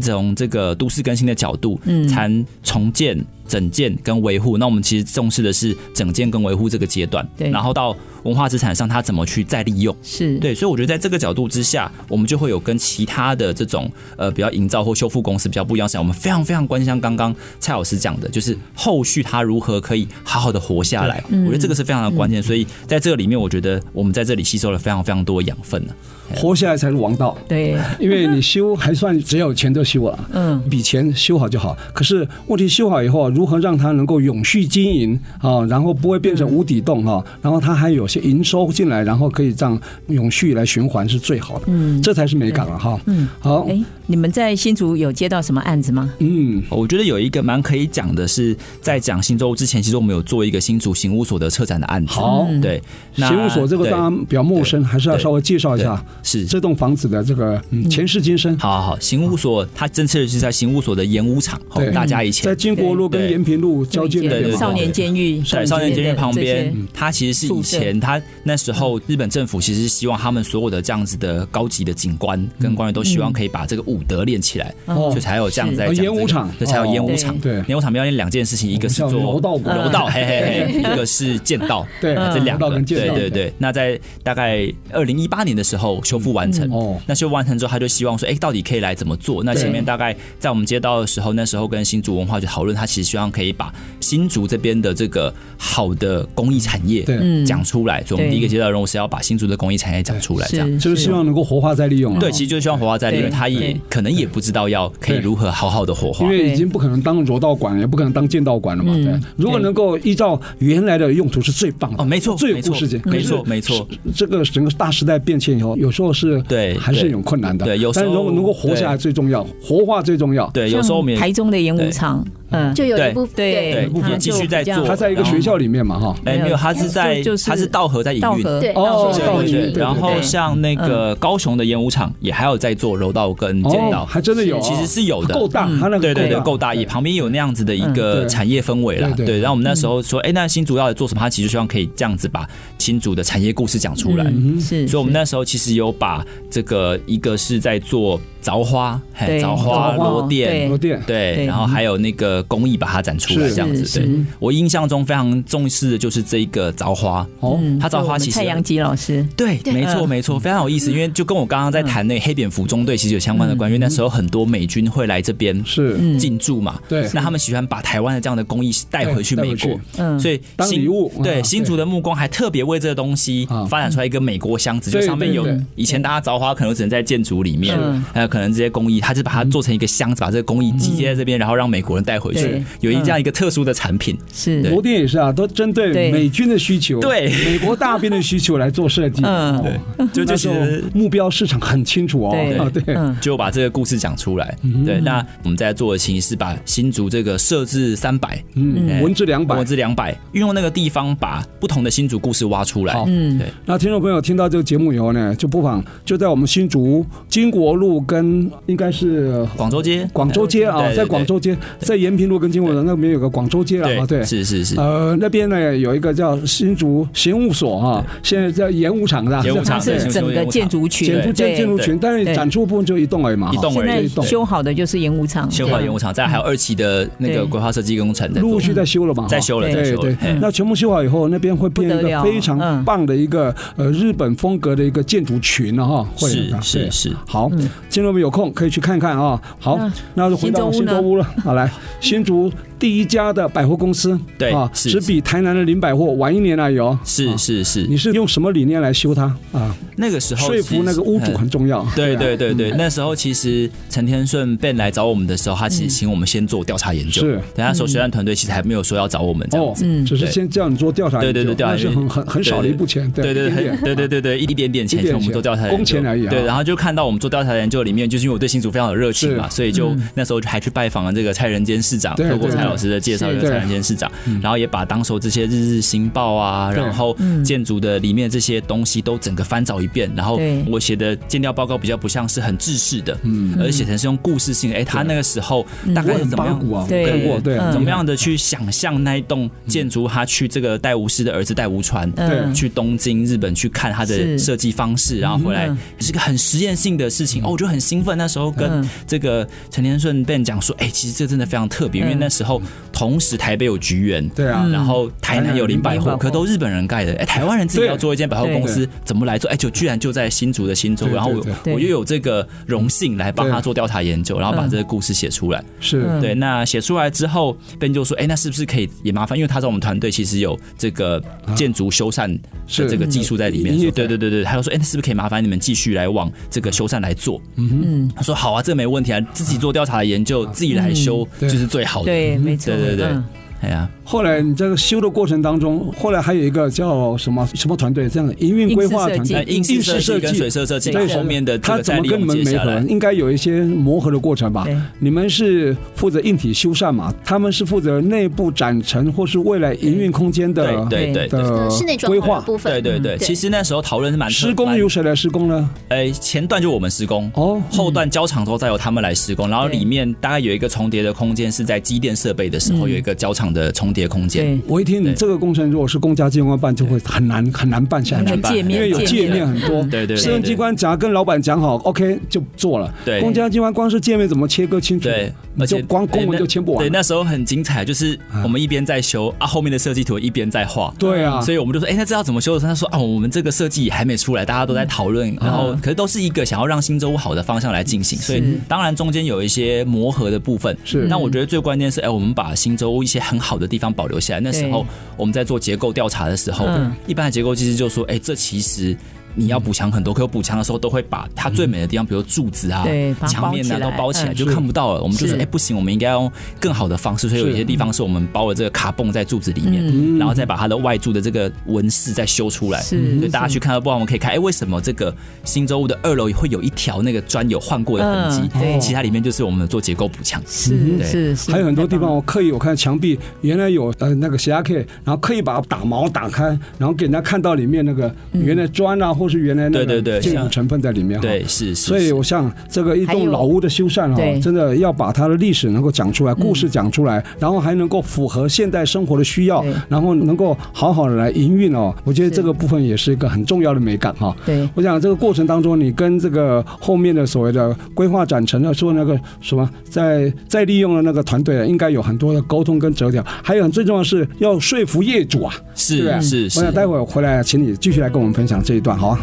S3: 从这个都市更新的角度
S1: 嗯，
S3: 谈重建、整建跟维护。那我们其实重视的是整建跟维护这个阶段，
S1: 对
S3: 然后到文化资产上它怎么去再利用。
S1: 是，
S3: 对，所以我觉得在这个角度之下，我们就会有跟其他的这种呃比较营造或修复公司比较不一样的想法。我们非常非常关心刚刚蔡老师讲的，就是后续它如何可以好好的活下来。我觉得这个是非常的关键，所以在这个里面，我觉得我们在这里吸收了非常非常多的养分啊呢、
S2: 活下来才是王道。
S1: 对，
S2: 因为你修还算只要有钱就修了，
S1: 嗯，
S2: 比钱修好就好。可是问题修好以后啊，如何让它能够永续经营啊，然后不会变成无底洞哈、啊，然后它还有些营收进来，然后可以这样永续来循环是最好的，
S1: 嗯
S2: 这才是美感了哈。
S1: 嗯，
S2: 好，
S1: 哎，你们在新竹有接到什么案子吗？
S2: 嗯，
S3: 我觉得有一个蛮可以讲的是，在讲新洲屋之前，其实我们有做一个新竹刑务所的策展的案子。
S2: 好嗯
S3: 对，那
S2: 刑务所这个
S3: 对
S2: 大家比较陌生，还是要稍微介绍一下
S3: 是
S2: 这栋房子的这个嗯前世今生。
S3: 好好好，刑务所它正确的是在刑务所的盐屋厂，哦
S2: 对
S3: 大家以前
S2: 在金国路跟
S3: 对
S2: 延平路交界那
S3: 对
S2: 边
S3: 对
S2: 嘛，
S1: 少年监狱，
S3: 在少年监狱旁边
S1: 这些，
S3: 它其实是以前它那时候日本政府其实是希望他们所有的这样子的高级的警官跟官员都希望可以把这个武德练起来，
S2: 哦
S3: 所以才有这样子在讲这个
S2: 是哦烟雾场
S3: 对，才有烟雾
S1: 哦
S3: 场。
S2: 对
S3: 烟雾场要练两件事情，一个是
S2: 我
S3: 做
S2: 们叫柔道馆
S3: 柔道，嘿嘿嘿，一个是剑道，
S2: 对
S3: 这两
S2: 柔道
S3: 个，
S2: 跟剑
S3: 对
S2: 道对
S3: 对对。那在大概二零一八年的时候修复完成
S2: 嗯哦，
S3: 那修复完成之后，他就希望说，哎，到底可以来怎么做？那前面大概在我们接到的时候，那时候跟新竹文化就讨论，他其实希望可以把新竹这边的这个好的公益产业
S2: 对
S3: 讲出来，所以我们
S1: 对
S3: 第一个接到的任务是要把新竹的公益产业讲出来，这样。
S1: 是，
S2: 就是希望能够活化再利用啊。
S3: 对，其实就是希望活化在里面，
S1: 对
S3: 他也
S1: 对
S3: 可能也不知道要可以
S2: 对
S3: 如何好好的活化
S2: 因。为
S1: 对
S2: 已经不可能当柔道馆，也不可能当剑道馆了嘛。
S1: 嗯
S2: 对，如果
S1: 对
S2: 能够依照原来的用途是最棒的
S3: 哦，没错，
S2: 最有
S3: 没
S2: 故
S3: 错
S2: 事性，
S3: 没错，
S2: 可是
S3: 没错，
S2: 这个整个大时代变迁以后，有时候是
S3: 对
S2: 还是有困难的。
S3: 对有时
S2: 但
S3: 候
S2: 如果能够活下来最重要，活化最重要。
S3: 对，有时候我们也
S1: 台中的演武场，嗯，
S4: 就有一部
S1: 对
S3: 对
S1: 他
S3: 也继续在
S1: 就比较
S3: 做
S2: 他在一个学校里面嘛，哈，
S3: 哎，
S1: 没有
S3: 没有，他是在
S1: 就就是
S3: 他是道河在营
S1: 道
S3: 运。
S1: 和
S4: 对
S2: 哦
S4: 到时
S2: 道
S4: 候
S2: 河
S4: 会
S2: 营
S4: 去
S2: 对对
S3: 然后像那
S1: 嗯
S3: 个高雄的演武场也还有在做柔道跟剑
S2: 哦，
S3: 道，
S2: 还真的有啊，
S3: 嗯其实是有的，嗯
S2: 够大，他那个
S3: 对对对，够大，也
S2: 一
S3: 旁边有那样子的一
S2: 嗯对
S3: 个产业氛围啦。
S2: 对对
S3: 对，然后我们那时候说，哎，那新竹要做什么？他其实希望可以这样子把新竹的产业故事讲出来。
S1: 嗯是，
S3: 所以，我们那时候其实有把这个，一个是在做凿花，嘿，
S1: 对
S3: 凿花
S1: 凿花
S3: 罗
S1: 对
S3: 店，
S2: 有店，
S3: 对
S1: 对，
S3: 然后还有那个工艺把它展出来，
S2: 是
S3: 这样
S1: 是
S3: 子。
S1: 是
S3: 对我印象中非常重视的就是这一个凿花，
S2: 哦，
S1: 嗯
S3: 他造
S1: 就
S3: 花
S1: 我们
S3: 其实
S1: 蔡阳吉老师，
S3: 对，没错没错，非常有意思，因为就跟我刚刚在谈那个黑蝙蝠中队其实有相关的关系，因为那时候很多美军会来这边
S2: 是
S3: 进驻嘛，
S2: 对
S3: 那他们喜欢把台湾的这样的工艺带回去
S2: 对带
S3: 美
S2: 回去
S3: 国，
S1: 嗯
S3: 所以
S2: 当
S3: 新
S2: 礼物啊
S3: 对新竹的木工还特别为这个东西
S2: 啊
S3: 发展出来一个美国箱子，就
S2: 对
S3: 上面有
S2: 对对
S3: 以前大家凿花可能只能在建筑里面
S1: 嗯，
S3: 还有可能这些工艺，他就把它做成一个箱子，把这个工艺集结在这边，然后让美国人带回
S1: 对
S2: 嗯
S3: 去，有一这样一个特殊的产品，
S1: 是，
S2: 罗店也是啊，都针对
S1: 对
S2: 美军的需求，
S3: 对
S2: 美国大兵的需求来做设计。
S1: 嗯
S2: 哦，
S3: 就就
S2: 那时
S3: 其
S2: 候
S3: 实
S2: 目标市场很清楚哦。
S1: 对
S2: 啊对，
S1: 嗯
S3: 就把这个故事讲出来。
S2: 嗯
S3: 对，那我们在做的其实是把新竹这个设置三百，
S2: 嗯，
S3: 哎
S2: 文治两百
S3: 我。之两百，运用那个地方把不同的新竹故事挖出来
S2: 好。
S1: 嗯，
S2: 那听众朋友听到这个节目以后呢，就不妨就在我们新竹金国路跟应该是
S3: 广州街，
S2: 广州街啊，
S3: 对对
S2: 在广州街，在延平路跟金文的那边有个广州街了嘛，对，
S3: 是是是，
S2: 呃，那边呢有一个叫新竹刑务所啊，现在叫演武场的，啊
S3: 演武场
S1: 它是整个建筑群，
S2: 建
S1: 对
S2: 筑建建筑群，但是展出部分就一栋而已嘛，
S3: 一栋
S1: 现
S3: 而已
S1: 在
S2: 一栋
S1: 修好的就是演武场，
S3: 修好演武场，再来还有二期的那个
S1: 对
S3: 规划设计工程在做嗯
S2: 陆续在修了嘛，
S3: 在修了，
S1: 对
S3: 在
S2: 对
S3: 修
S2: 对
S3: 了，嗯嘿，
S2: 那全部修好以后，那边会变一
S1: 不得
S2: 个
S1: 了
S2: 非常
S1: 嗯
S2: 棒的一个呃日本风格的一个建筑群了哈，会
S3: 是
S2: 啊对
S3: 是嗯是，
S2: 好，金友们有空可以去看看啊。好
S1: 那，
S2: 那就回到新
S1: 新
S2: 洲
S1: 洲
S2: 屋了。好， 来新竹第一家的百货公司，
S3: 对
S2: 啊，
S3: 是
S2: 只比台南的林百货晚一年而已哦。啊
S3: 是是
S2: 你
S3: 是，
S2: 是用什么理念来修它啊？
S3: 那个时候
S2: 说
S3: 其
S2: 服
S3: 实
S2: 那个屋主
S3: 嗯
S2: 很重要。
S3: 对
S2: 啊
S3: 对对对，那时候其实陈天顺 Ben 来找我们的时候，他其实请我们先做调查研
S2: 嗯
S3: 究。
S2: 是嗯
S3: 等那时候学院团队其实还没有说要找我们这
S2: 哦
S3: 样子。，嗯
S2: 只是
S3: 对
S2: 先叫你做调查研
S3: 对
S2: 究，
S3: 对对调查
S2: 那是
S3: 研究
S2: 很很很少的一步钱，
S3: 对对
S2: 一
S3: 对
S2: 点点
S3: 对对对对，一点点钱
S2: 一点
S3: 钱我们做调查研究，
S2: 工钱而已啊
S3: 对，然后就看到我们做调查研究里面，就是因为我对新竹非常有热情嘛，
S2: 是嗯
S3: 所以就那时候还去拜访了这个蔡仁坚市长，
S2: 对
S3: 透过
S2: 对
S3: 蔡
S2: 对
S3: 老师的介绍，
S2: 是
S3: 有
S2: 对
S3: 蔡仁坚市长，然后也把当时候这些日日新报啊，
S2: 对
S3: 然后
S1: 嗯
S3: 建筑的里面这些东西都整个翻找一遍，然后
S1: 对
S3: 我写的建调报告比较不像是很制式的，嗯，而写成是用故事性，哎，他那个时候大概
S2: 我
S3: 是
S2: 很
S3: 怎么
S2: 八
S3: 样？
S2: 股啊，
S1: 嗯对
S2: 我看过，对，
S1: 嗯
S3: 怎么样的去想象那一栋建筑，他去这个戴吴师的儿子戴吴传，
S2: 对
S3: 去东京、日本去看他的
S1: 是
S3: 设计方式，然后回来
S1: 嗯
S3: 是个很实验性的事情。哦，我就很兴奋，那时候跟
S1: 嗯
S3: 这个陈天顺 Ben 讲说，哎，其实这真的非常特别，因为
S1: 嗯
S3: 那时候同时台北有菊园，
S2: 对啊，
S3: 然后台南有林百
S1: 百
S3: 货，
S1: 货
S3: 可都日本人盖的。哎，台湾人自己
S2: 对
S3: 要做一间百货公司，怎么来做？哎，就居然就在新竹的新州，
S2: 对
S3: 然后我
S2: 对
S1: 对
S3: 我又有这个荣幸来帮他
S2: 对
S3: 做调查研究，然后把
S1: 嗯
S3: 这个故事写出来。
S2: 是
S1: 嗯
S3: 对，那写出来之后，Ben 就说：“哎、那是不是可以也麻烦？因为他在我们团队其实有这个建筑修缮
S2: 啊是
S3: 的这个技术在里面。
S2: 嗯
S3: 说对对对对，他就说：‘哎、那是不是可以麻烦你们继续来往这个修缮来做？’
S1: 嗯，
S3: 他说：‘好啊，这没问题啊，自己做调查研究，自己来修、
S2: 嗯对
S3: 就是最好的。’
S1: 对，没错，
S3: 哦对对对
S1: 嗯
S3: 哎呀，
S2: 后来你这个修的过程当中，后来还有一个叫什么什么团队，这样营运规划团
S1: 硬
S3: 那
S2: 队
S1: 式设计、
S3: 硬
S2: 设计
S3: 式设计跟水色设计
S2: 对
S3: 后面的这
S2: 他
S3: 个
S2: 怎
S3: 再
S2: 么
S3: 利
S2: 跟你
S3: 用
S2: 们
S3: 接
S2: 没
S3: 下
S2: 合
S3: 来？”？
S2: 应该有一些磨合的过程吧
S1: 对？
S2: 你们是负责硬体修缮嘛？他们是负责内部展陈或是未来营运空间
S3: 对
S2: 的
S3: 对对对。
S2: 的
S4: 呃嗯室内装
S2: 规
S4: 潢的
S2: 划。
S4: 部
S3: 对
S4: 分，
S3: 对对，
S4: 嗯
S3: 其实那时候讨论是蛮特
S2: 施工
S3: 蛮
S2: 由谁来施工呢？
S3: 哎，前段就我们施工，
S2: 哦
S3: 后段交场之后再由他们来施工，然后
S1: 对
S3: 里面大概有一个重叠的空间，是在机电设备的时
S1: 嗯
S3: 候有一个交场的重叠空间。
S1: 对，
S2: 我一听你
S3: 对
S2: 这个工程如果是公家机关办，就会很难很难办下
S1: 那个
S2: 去
S3: 很，棒
S1: 界面
S2: 因为有界面很多。
S3: 对对对，
S2: 私人机关只要跟老板讲好，OK 就做了。
S3: 对
S2: 公家机关光是界面怎么切割清楚，
S3: 对，
S2: 你
S3: 而
S2: 就
S3: 且
S2: 光公文就签不
S3: 对，
S2: 完。
S3: 那时候很精彩，就是我们一边在修啊，后面的设计图一边在画。
S2: 对啊，
S3: 所以我们就说，哎、那这要怎么修的时候？他说，哦，我们这个设计还没出来，大家都在讨论，然后
S2: 嗯
S3: 可是都是一个想要让新洲好的方向来进行，所以当然中间有一些磨合的部分。
S2: 是
S3: 那我觉得最关键是，哎、我们把新洲一些很好的地方保留下来。那时候我们在做结构调查的时候，
S1: 嗯
S3: 一般的结构技师就说，哎、这其实。你要补强很多，可补强的时候都会把它最
S2: 嗯
S3: 美的地方，比如柱子啊
S1: 对把、它
S3: 墙面啊
S1: 包起
S3: 都
S1: 来
S3: 包起来，
S1: 嗯
S3: 就看不到了。我们就是说，哎，不行，我们应该用更好的方式。所以有一些地方是我们包了这个卡泵在柱子里面，
S1: 嗯
S3: 然后再把它的外柱的这个纹饰再修出来。
S1: 是嗯
S3: 所以大家去看到不然我们可以看，哎，为什么这个新洲屋的二楼会有一条那个砖有换过的痕迹？
S1: 嗯对
S3: 其实它里面就是我们做结构补强。
S2: 哦
S1: 是
S3: 嗯对
S1: 是是，
S2: 嗯还有很多地方，我刻意我看墙壁原来有呃那个斜压 K，然后刻意把它打毛打开，然后给人家看到里面那个原来砖啊，或是原来那
S3: 嗯对
S2: 个
S3: 对对
S2: 建筑成分在里面。
S3: 对，。是是。
S2: 所以，
S3: 是
S2: 我想这个一
S1: 还
S2: 栋
S1: 有
S2: 老屋的修缮啊
S1: 对
S2: 哈，真的要把它的历史能够讲出来，故事讲出来，然后还能够符合现代生活的需要
S1: 对，
S2: 然后能够好好的来营运哦。我觉得
S1: 是
S2: 这个部分也是一个很重要的美感哈。
S1: 对
S2: 我想这个过程当中，你跟这个后面的所谓的规划展陈的说那个什么，在再利用的那个团队，啊应该有很多的沟通跟折调，还有很最重要的是要说服业主啊，对不对？
S3: 是是
S2: 我想
S3: 是。
S2: 待会儿回来，请你继续来跟我们分享这一段，好啊。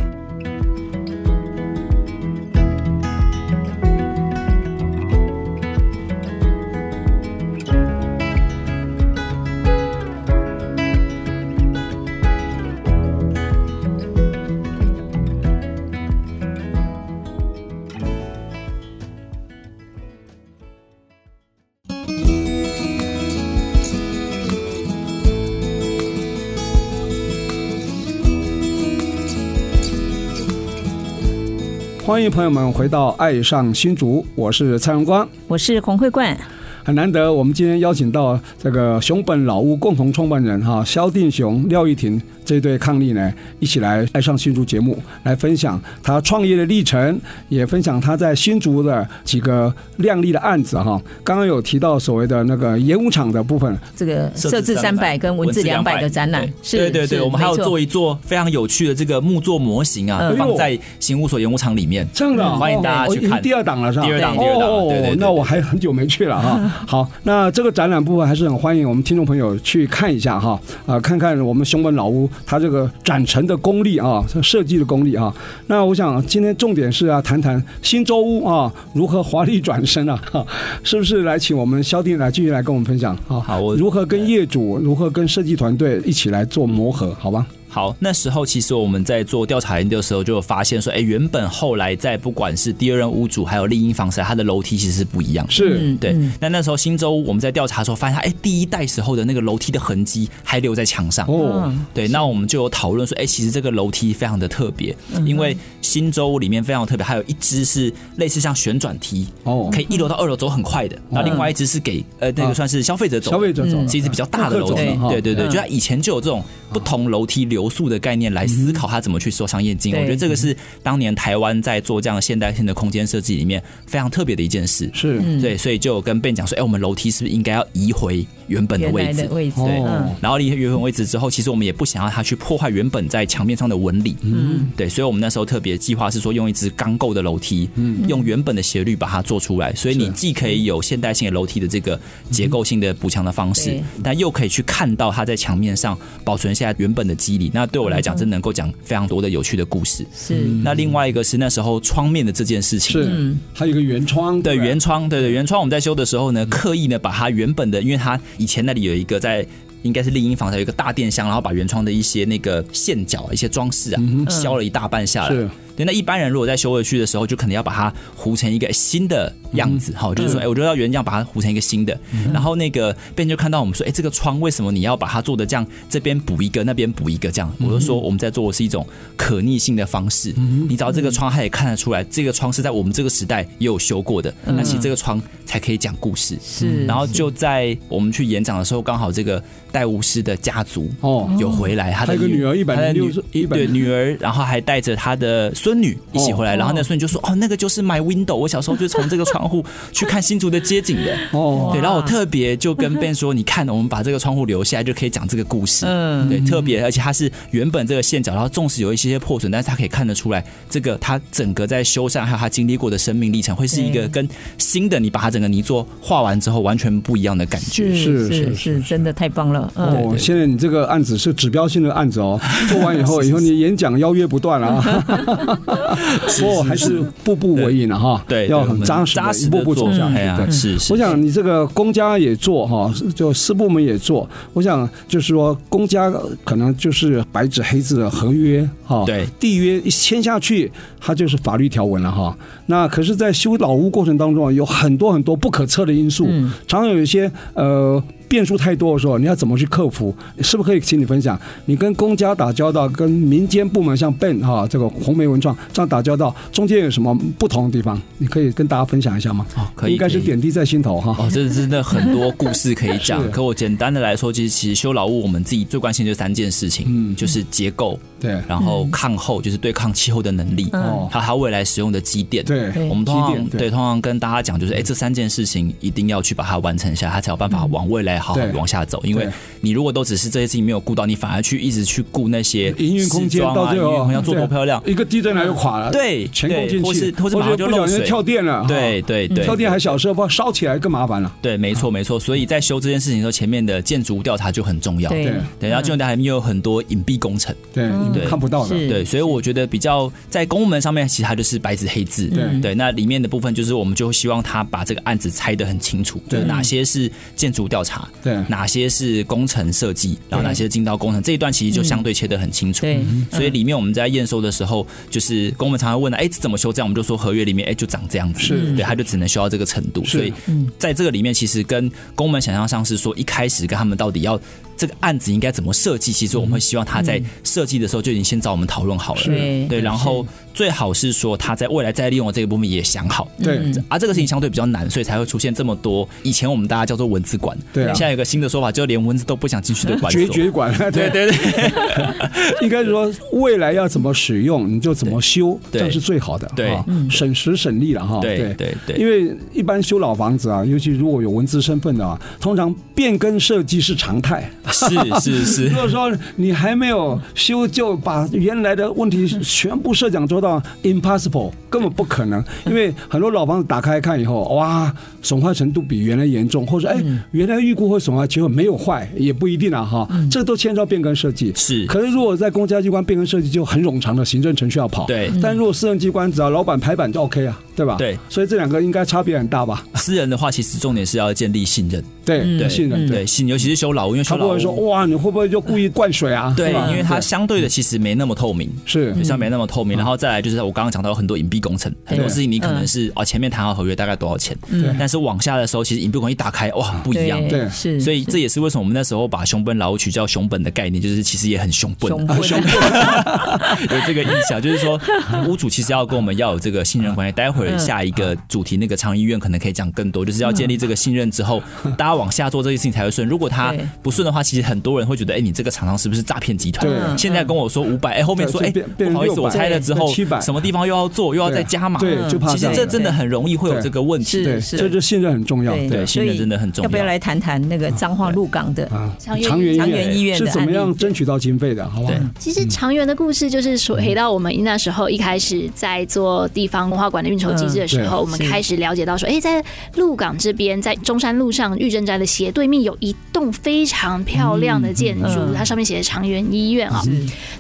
S2: 欢迎朋友们回到《爱上新竹》，我是蔡荣光。
S1: 我是洪慧冠，
S2: 很难得，我们今天邀请到这个熊本老屋共同创办人哈萧定雄、廖玉婷这对伉俪呢，一起来爱上新竹节目，来分享他创业的历程，也分享他在新竹的几个亮丽的案子哈。刚刚有提到所谓的那个演武场的部分，
S1: 这个设
S3: 设
S1: 置
S3: 置
S1: 三百
S3: 300
S1: 跟文字两百的展览
S3: 对，
S1: 是，
S3: 对对对，
S1: 是
S3: 我们还有
S1: 没错
S3: 做一做非常有趣的这个木作模型啊，
S1: 嗯
S3: 放在刑务所演武场里面。
S2: 哎这样的啊、
S3: 嗯欢迎大家去看
S2: 哦已经第二档了是吧？
S3: 第二档
S2: 哦
S3: 第二档
S2: 哦
S3: 对对对
S2: 那我还很久没去了 哈。好，那这个展览部分还是很欢迎我们听众朋友去看一下哈，啊、看看我们熊本老屋它这个展陈的功力啊，设计的功力啊。那我想今天重点是啊，谈谈新洲屋啊如何华丽转身啊， 哈是不是来请我们萧定来继续来跟我们分享啊？
S3: 好我
S2: 如何跟业主，如何跟设计团队一起来做磨合，好吧？
S3: 好，那时候其实我们在做调查研究的时候，就有发现说，哎，原本后来在不管是第二任屋主还有丽英房时，它的楼梯其实是不一样的。
S2: 是。
S1: 嗯
S3: 对
S1: 嗯，
S3: 那那时候新洲我们在调查的时候发现它，哎，第一代时候的那个楼梯的痕迹还留在墙上。
S2: 哦，
S1: 嗯
S3: 对，那我们就有讨论说，哎、其实这个楼梯非常的特别，
S2: 嗯
S3: 因为新洲里面非常特别，还有一只是类似像旋转梯，
S2: 哦
S3: 可以一楼到二楼走很快的，然后另外一只是给呃那
S2: 嗯啊
S3: 个算是消费者走的，
S2: 消费者走了，
S3: 是一只比较大的楼梯
S2: 顾客走了，
S3: 对对对，
S1: 嗯
S3: 就它以前就有这种不同楼梯流速的概念来思考它怎么去收商业金，
S1: 对
S3: 我觉得这个是当年台湾在做这样现代性的空间设计里面非常特别的一件事。
S2: 是
S1: 嗯
S3: 对，所以就有跟 Ben 讲说，哎、我们楼梯是不是应该要移回原本的
S1: 原
S3: 位
S1: 来
S3: 置
S1: 的？位置，
S2: 哦
S1: 嗯，
S3: 然后离原本位置之后，其实我们也不想要它去破坏原本在墙面上的纹理，嗯，对，所以我们那时候特别计划是说用一支钢构的楼梯，嗯，用原本的斜率把它做出来，所以你
S2: 是
S3: 既可以有现代性的楼梯的这个结构性的补强的方式
S1: 对，
S3: 但又可以去看到它在墙面上保存下原本的肌理。那对我来讲，真能够讲非常多的有趣的故事。
S1: 是，
S3: 那另外一个是那时候窗面的这件事情，
S2: 是，嗯还有一个原窗，
S3: 对
S2: 不
S3: 原窗，对对原窗，我们在修的时候呢，刻意呢把它原本的，因为它以前那里有一个在。应该是丽婴房才有一个大电箱，然后把原窗的一些那个线脚、一些装饰啊，削了一大半下来。
S2: 是
S3: 对，那一般人如果在修回去的时候，就可能要把它糊成一个新的样子，哈、就是说，哎、我就要原样把它糊成一个新的。然后那个便就看到我们说，哎、这个窗为什么你要把它做的这样，这边补一个，那边补一个这样？我就说我们在做的是一种可逆性的方式，你找这个窗，它也看得出来，这个窗是在我们这个时代也有修过的，那其实这个窗才可以讲故事。
S1: 是，
S3: 嗯然后就在我们去演讲的时候，刚好这个戴巫师的家族
S2: 哦
S3: 有回来，他
S2: 他
S3: 的
S2: 有个女儿160
S3: 他的女
S2: 160
S3: 对女儿，然后还带着他的孙女一起回来，然后那孙女就说：“哦，那个就是 my window，我小时候就从这个窗户去看新竹的街景的。”
S2: 哦，
S3: 对，然后我特别就跟 Ben 说：“你看，我们把这个窗户留下来，就可以讲这个故事。”
S1: 嗯
S3: 对，特别，而且它是原本这个线脚，然后纵使有一些些破损，但是它可以看得出来，这个它整个在修缮还有它经历过的生命历程，会是一个
S1: 对
S3: 跟新的你把它整个泥做画完之后完全不一样的感觉。
S1: 是
S2: 是是
S1: 是是，真的太棒了，嗯。
S2: 哦，现在你这个案子是指标性的案子 哦，做完以后，以后你演讲邀约不断了啊。不过还是步步为营了哈，
S3: 对，
S2: 要
S3: 对
S2: 很
S3: 我们
S2: 扎实地
S3: 扎
S2: 一
S3: 实
S2: 步
S3: 地
S2: 步走
S3: 做
S2: 下去。
S3: 哎呀
S2: 对，
S3: 是是，
S2: 我想你这个公家也做哈，就私部门也做。我想就是说，公家可能就是白纸黑字的合约哈，
S3: 对，
S2: 缔约一签下去，它就是法律条文了哈。那可是，在修老屋过程当中啊，有很多很多不可测的因素，
S3: 嗯
S1: 嗯
S2: 常常有一些呃。变数太多的时候，你要怎么去克服？是不是可以请你分享？你跟公家打交道，跟民间部门像 Ben 哈、这个红梅文创这样打交道，中间有什么不同的地方？你可以跟大家分享一下吗？
S3: 哦可以
S2: 应该是
S3: 可以
S2: 点滴在心头哈。
S3: 哦，这真的很多故事可以
S2: 是啊
S3: 讲。可我简单的来说，其实其实修老屋我们自己最关心的就三件事情，
S2: 嗯
S3: 就是结构，
S2: 对，
S3: 然后抗候就是对抗气候的能力，
S2: 哦，
S3: 还有它未来使用的基点。
S2: 对，
S1: 对
S3: 我们通
S2: 基点
S3: 常
S2: 对
S3: 对通常跟大家讲，就是哎、这三件事情一定要去把它完成下来，它才有办法往未来好好
S2: 对
S3: 往下走。因为
S2: 对
S3: 你如果都只是这些事情没有顾到，你反而去一直去顾那些
S2: 营运空
S3: 时
S2: 间
S3: 装
S2: 到
S3: 啊
S2: 最
S3: 营运
S2: 后
S3: 空间要做多漂亮，
S2: 一个地震来就垮了，，
S3: 对，
S2: 全攻
S3: 对
S2: 进去，
S3: 或是或是
S2: 或
S3: 马
S2: 者
S3: 上就
S2: 不小
S3: 漏
S2: 心
S3: 水，
S2: 跳电了，
S3: 对对对，
S2: 跳电还小事，不烧起来更麻烦了。
S3: 对，没错没错，所以在修这件事情的时候，前面的建筑调查就很重要。
S1: 对
S2: 对
S3: 对，然后建筑调查里面又有很多隐蔽工程。
S2: 对，
S3: 对
S2: 看不到的，
S1: 是
S3: 对，所以我觉得比较在公部门上面，其实它就是白纸黑字。
S2: 对
S3: 那里面的部分就是我们就会希望他把这个案子拆得很清楚，就是哪些是建筑调查，
S2: 对
S3: 哪些是工程设计，然后哪些是进到工程这一段，其实就相对切得很清楚。嗯
S1: 对，
S3: 所以里面我们在验收的时候，就是公们常常问的，哎，这怎么修这样？我们就说合约里面，哎，就长这样子，
S2: 是
S3: 对，它就只能修到这个程度。所以在这个里面，其实跟公们想象上是说，一开始跟他们到底要这个案子应该怎么设计，其实我们会希望他在设计的时候就已经先找我们讨论好了，
S1: 对
S3: 对，然后最好是说他在未来再利用的这个部分也想好，
S2: 对
S3: 啊，这个事情相对比较难，所以才会出现这么多。以前我们大家叫做蚊子馆，
S2: 对啊
S3: 现在有个新的说法，就连蚊子都不想进去的馆 所。
S2: 绝绝管，对，
S3: 对对对
S2: 应该说未来要怎么使用，你就怎么修，这
S3: 对
S2: 样是最好的，
S3: 对
S2: 啊省时省力了哈，
S3: 对对对，
S2: 因为一般修老房子啊，尤其如果有文字身份的啊，通常变更设计是常态。
S3: 是是是
S2: 如，果说你还没有修，就把原来的问题全部设想做到 impossible，根本不可能。因为很多老房子打开看以后，哇，损坏程度比原来严重，或者哎，
S3: 嗯
S2: 原来预估会损坏，结果没有坏，也不一定啊哈。这都牵涉到变更设计。
S3: 嗯是
S2: 可是如果在公家机关变更设计就很冗长的行政程序要跑。
S3: 对嗯
S2: 但如果私人机关只要老板排版就 OK 啊，对吧？
S3: 对。
S2: 所以这两个应该差别很大吧？
S3: 私人的话，其实重点是要建立信任，
S2: 对，
S3: 对
S2: 嗯信任对。
S3: 嗯对信，尤其是修老屋，因为
S2: 他
S3: 修
S2: 不
S3: 老
S2: 会说
S3: 屋，
S2: 哇，你会不会就故意灌水啊？嗯
S3: 对，
S2: 是吧
S3: 因为它相对的其实没那么透明。
S2: 是
S3: 比较没那么透明，然后再来就是我刚刚讲到有很多隐蔽工程，很多事情你可能是哦前面谈好合约大概多少钱，
S2: 对
S3: 但是往下的时候其实隐蔽工程一打开哇不一样，
S2: 对
S1: 是，
S3: 所以这也是为什么我们那时候把熊本老屋取叫熊本的概念，就是其实也很熊本，啊
S1: 熊本
S3: 有这个印象，就是 说屋主其实要跟我们要有这个信任关系。待会
S4: 嗯
S3: 儿下一个主题那个长医院可能可以讲更多，就是要建立这个信任之后，
S4: 嗯
S3: 大家往下做这些事情才会顺。如果他
S1: 对
S3: 不顺的话，其实很多人会觉得，哎，你这个厂商是不是诈骗集团？
S4: 嗯
S2: 对
S3: 现在跟我说五百，哎，后面说，
S2: 对
S3: 哎
S2: 就变，变
S3: 不好意思，
S2: 600
S3: 我拆了之后
S2: 变700，
S3: 什么地方又要做，又要再加码。
S4: 嗯
S2: 对，就怕
S3: 其实
S2: 样
S3: 这真的很容易会有
S2: 对
S3: 这个问题。
S2: 对，
S1: 是
S2: 这就信任很重要。
S1: 所
S3: 对信
S1: 以
S3: 任真的很重
S1: 要不要
S3: 要
S1: 来谈谈那个彰化鹿港的？
S2: 啊，
S4: 长
S2: 长
S4: 远
S2: 远
S1: 长远医院的
S2: 是怎么
S1: 案例
S2: 样争取到经费的？好不好
S3: 对？
S4: 其
S1: 嗯
S4: 实长远的故事就是说，回到我们那时候一开始在做地方文化馆的运筹机制的时候，
S2: 嗯
S4: 我们
S1: 是
S4: 开始了解到说，哎，在鹿港这边，在中山路上玉珍斋的斜对面有一栋非常漂亮的建筑，
S1: 嗯嗯嗯
S4: 它上面写着长园医院啊、
S1: 是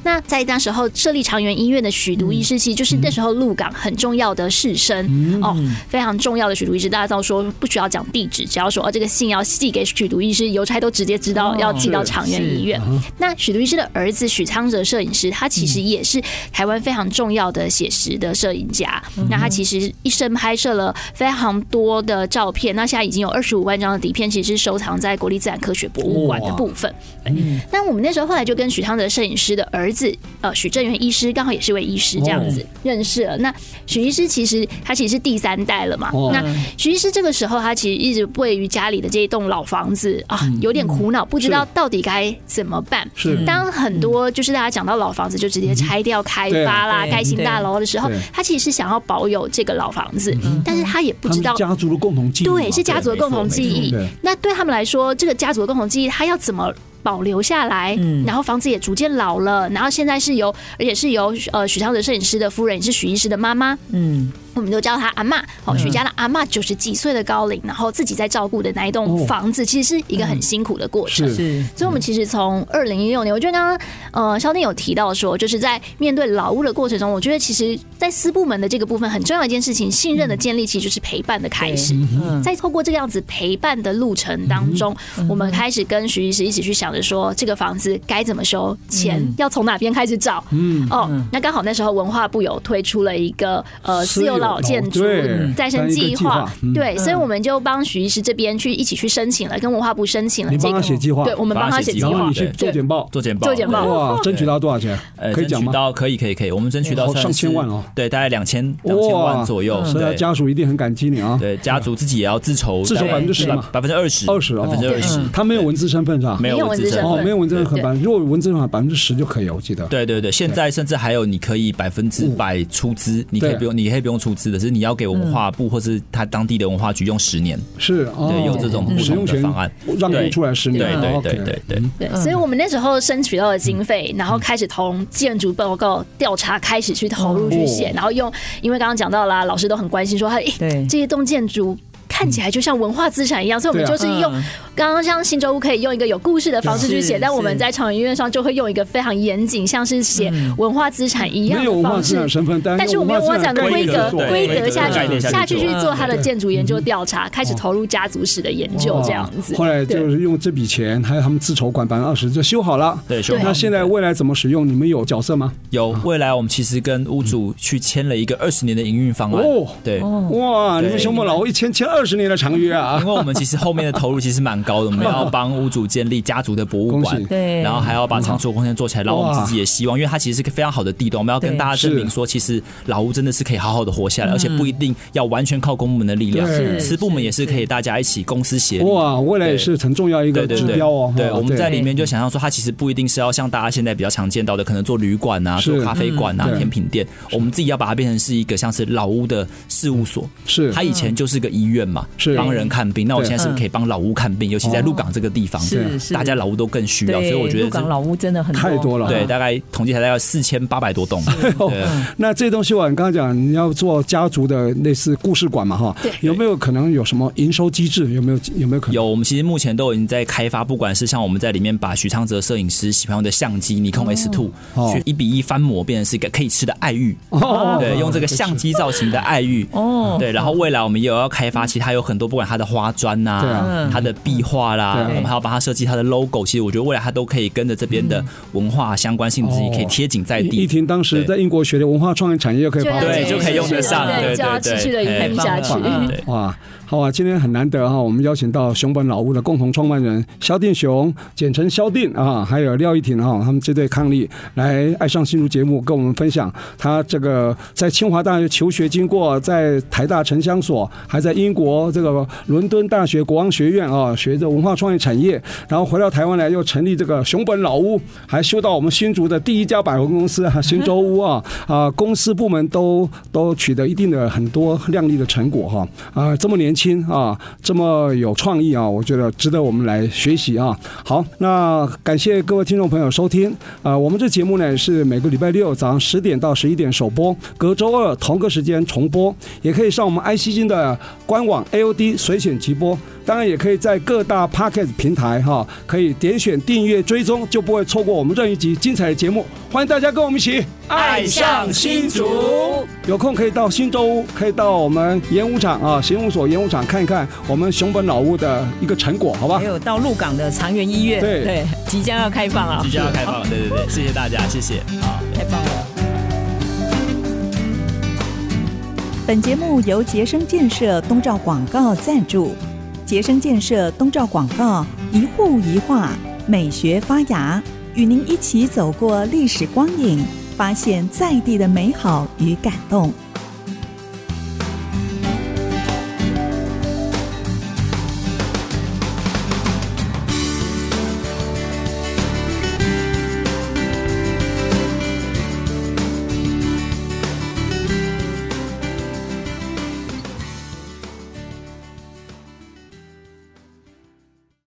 S4: 那在那时候设立长园医院的许毒医师，其实
S1: 嗯
S4: 就是那时候鹿港很重要的士绅、哦，非常重要的许毒医师。大家都说不需要讲地址，只要说哦这个信要寄给许毒医师，邮差都直接知道
S1: 哦
S4: 要寄到长园
S1: 是
S4: 医院。那许毒医师的儿子许昌哲摄影师，他其实也是台湾非常重要的写实的摄影家。
S2: 嗯
S4: 那他其实一生拍摄了非常多的照片，那现在已经有二十五万张的底片，其实是收藏在国立自然科学博物馆的
S2: 哇哎
S4: 部分。那我们那时候后来就跟许昌哲摄影师的儿子，呃，许正元医师刚好也是位医师，这样
S2: 哦
S4: 子认识了。那许医师其实他其实是第三代了嘛。
S2: 哦
S4: 那许医师这个时候他其实一直位于家里的这一栋老房子啊，
S2: 嗯
S4: 有点苦恼，不知道到底该怎么办。
S2: 是
S3: 嗯
S4: 当很多就是大家讲到老房子就直接拆掉开发啦、
S1: 对
S4: 盖新大楼的时候
S2: 嗯对，嗯
S4: 他其实是想要保有这个老房子，但是他也不
S2: 他
S4: 知道
S2: 们家族的共同记忆嘛，
S4: 对，是家族的共同记
S2: 对没
S4: 忆
S2: 错没错对。
S4: 那对他们来说，这个家族的共同记忆，它要怎么？保留下来，
S1: 嗯
S4: 然后房子也逐渐老了，然后现在是由，而且是由呃许昌哲摄影师的夫人，也是许医师的妈妈，
S1: 嗯，
S4: 我们都叫她阿嬷。哦，
S2: 嗯
S4: 许家的阿嬷九十几岁的高龄，然后自己在照顾的那一栋
S2: 哦嗯
S4: 房子，其实是一个很辛苦的过程。
S2: 是
S1: 是
S4: 所以，我们其实从二零一六年，我觉得刚刚呃，肖丁有提到说，就是在面对劳务的过程中，我觉得其实，在私部门的这个部分很重要的一件事情，信任的建立其实就是陪伴的开始。
S1: 嗯
S4: 在透过这个样子陪伴的路程当中，我们开始跟徐医师一起去想着说，这个房子该怎么修，钱
S2: 嗯
S4: 要从哪边开始找。嗯，哦，那刚好那时候文化部有推出了一个呃
S2: 私
S4: 私有
S2: 有
S4: 老
S2: 老
S4: 建筑
S2: 对
S4: 再生
S2: 这样一
S4: 计
S2: 个计
S4: 划
S2: 划，嗯
S4: 对，所以我们就帮徐医师这边去一起去申请了，跟文化部申请了
S2: 你
S4: 这
S2: 帮他
S4: 个。
S2: 写计划，
S4: 对，我们帮他写计
S2: 然后
S4: 划
S2: 你，去做
S4: 对
S2: 简报，
S3: 做简报，
S4: 做简报
S2: 哇，争取到多少钱
S3: 呃，？
S2: 可以
S3: 争
S2: 讲
S3: 取
S2: 吗？
S3: 到可以可以可以，我们争取到
S2: 哦
S3: 算
S2: 上千
S3: 是
S2: 万哦
S3: 对，大概两千两千万
S2: 哇
S3: 左右，
S4: 嗯
S2: 所以他
S3: 对
S2: 家属一定很感激你啊。
S3: 对家族自己也要自筹，
S2: 自筹
S3: 大概
S2: 10%嘛
S3: 百分之二十，
S2: 20哦
S3: 百分之二十，
S2: 他没有文字身份是吧？
S3: 没
S4: 没有
S3: 有
S4: 文字
S3: 自
S4: 嗯身
S3: 筹
S2: 哦，
S4: 份
S2: 没有文字身份
S4: 对
S2: 百分，如果文字身份百分之十就可以，我记得。
S3: 对对对，现在甚至还有你可以百分之百出资，你可以
S2: 对
S3: 不用，你可以不用出资的，只是你要给文化部或是他当地的文化局用十年，
S2: 是哦
S3: 对，有这种不
S2: 使
S3: 同
S2: 用
S3: 的
S2: 权
S3: 方案，
S2: 让
S3: 对
S2: 渡出来十
S3: 对
S2: 年。
S3: 对
S2: 哦
S3: 对
S2: OK
S3: 对对，
S4: 对，所以我们那时候争取到了经费，然后开始从建筑报告调查开始去投入去写，
S2: 哦
S4: 然后用，因为刚刚讲到啦，老师都很关心说，哎，
S1: 对
S4: 这一栋建筑。看起来就像文化资产一样，所以我们
S2: 对
S4: 就
S2: 啊
S4: 是用
S1: 嗯
S4: 刚刚像新洲屋可以用一个有故事的方式去
S1: 是
S4: 写，但我们
S1: 是
S4: 在长影院上就会用一个非常严谨，像是写文化资产一
S2: 嗯
S4: 样
S2: 没有
S4: 的
S2: 文化
S4: 方
S2: 资
S4: 式
S2: 产。身份，
S4: 但是我们用我
S2: 文化
S4: 讲
S2: 资产
S4: 的
S2: 概
S4: 规
S2: 念
S4: 格
S2: 去做
S4: 规
S3: 对
S4: 格下
S3: 概
S4: 去
S3: 念下去
S4: 下去去
S1: 做
S4: 做他的建筑研究调查，开始投入家族史的研究
S2: 嗯哦
S4: 这样子。
S2: 后来
S4: 对
S2: 就是用这笔钱，还有他们自筹款百分之二十就修好了。
S3: 对修好
S2: 那现在未来怎么使用？你们有角色吗？
S3: 有未来我们其实跟屋主去签了一个二十年的营运方案
S2: 哦，
S3: 对。
S2: 哇，
S3: 对
S2: 你们熊本老屋一千千二十年的长约啊
S3: 因！为我们其实后面的投入其实蛮高的，我们要帮屋主建立家族的博物
S2: 恭
S3: 馆
S2: 喜，嗯
S1: 对
S3: 然后还要把长寿空间做起来，然后我们自己也希望，因为它其实是个非常好的地段，我们要跟
S1: 对
S3: 大家证明
S2: 是
S3: 说，其实老屋真的是可以好好的活下来，而且不一定要完全靠公部门的力量，
S2: 对
S3: 私部门嗯也是可以大家一起公私协力。
S2: 哇，未来也是很重要一
S3: 嗯对
S2: 个
S3: 对
S2: 指
S3: 对，
S2: 标哦。
S3: 对，
S2: 哦
S3: 我们在里面
S1: 对
S3: 就想象说，它其实不一定是要像大家现在比较常见到的，可能做旅馆啊、
S2: 是
S3: 做咖啡馆啊
S2: 嗯、对
S3: 甜品店，我们自己要把它变成是一个像是老屋的事务所，
S2: 是嗯
S3: 他以前就是个医院嘛，
S2: 是嗯
S3: 帮人看病。那我现在是不是可以帮老屋看病？尤其在鹿港这个地
S2: 哦
S3: 方，
S1: 是
S3: 对
S1: 是
S3: 大家老屋都更需要，所
S1: 对，
S3: 以我觉得
S1: 鹿港
S3: 这
S1: 老屋真的很多
S2: 太多了
S3: 对，大概统计下来要四千八百多栋。对
S2: 哦那这东西我刚刚讲，你要做家族的类似故事馆嘛，哈，有没有可能有什么营收机制？有没有有没有可能？
S3: 有，我们其实目前都已经在开发，不管是像我们在里面把许昌泽摄影师喜欢用的相机尼康 S Two
S2: 哦
S3: 去一比一翻模，变成是一个可以吃的爱玉。
S2: 哦
S3: 对，用这个相机造型的爱玉。
S1: 哦
S3: 对，然后未来我们也有要开发，其实它有很多，不管它的花砖呐、
S2: 对啊
S3: 它的壁画啦，
S2: 对啊
S3: 我们还要帮它设计它的 logo。其实我觉得未来它都可以跟着这边的文化相关性质，
S2: 哦
S3: 可以贴紧在
S2: 一
S3: 地。
S2: 婷当时在英国学的文化创意产业，可以
S4: 就
S2: 把
S4: 要
S2: 它
S3: 对就可以用得上
S4: 对，
S3: 对
S4: 就要
S3: 对对
S4: 持续的延续下去
S2: 太。棒
S3: 对
S2: 哇，好啊！今天很难得哈、我们邀请到熊本老屋的共同创办人萧定雄，简称萧定啊，还有廖一婷哈、他们这对伉俪来爱上新竹节目，跟我们分享他这个在清华大学求学经过，在台大城乡所，还在英国这个伦敦大学国王学院啊，学着文化创意产业，然后回到台湾来又成立这个熊本老屋，还修到我们新竹的第一家百货公司啊，新洲屋啊，啊，公司部门都都取得一定的很多亮丽的成果哈、啊，这么年轻啊，这么有创意啊，我觉得值得我们来学习啊。好，那感谢各位听众朋友收听啊，我们这节目呢是每个礼拜六早上十点到十一点首播，隔周二同个时间重播，也可以上我们 IC 金的官网 AOD 随选直播，当然也可以在各大 Podcast 平台哈、可以点选订阅追踪，就不会错过我们任意集精彩的节目。欢迎大家跟我们一起
S3: 爱上新竹。
S2: 有空可以到新洲屋，可以到我们演武场啊，行武所演武场看一看我们熊本老屋的一个成果，好吧
S1: 还？有到鹿港的长园医院，
S2: 啊对
S1: 即将要开放啊，
S3: 即将要开放，对对对，谢谢大家，谢谢。好。
S1: 太棒了。
S5: 本节目由杰生建设东照广告赞助。杰生建设东照广告，一户一画，美学发芽，与您一起走过历史光影，发现在地的美好与感动。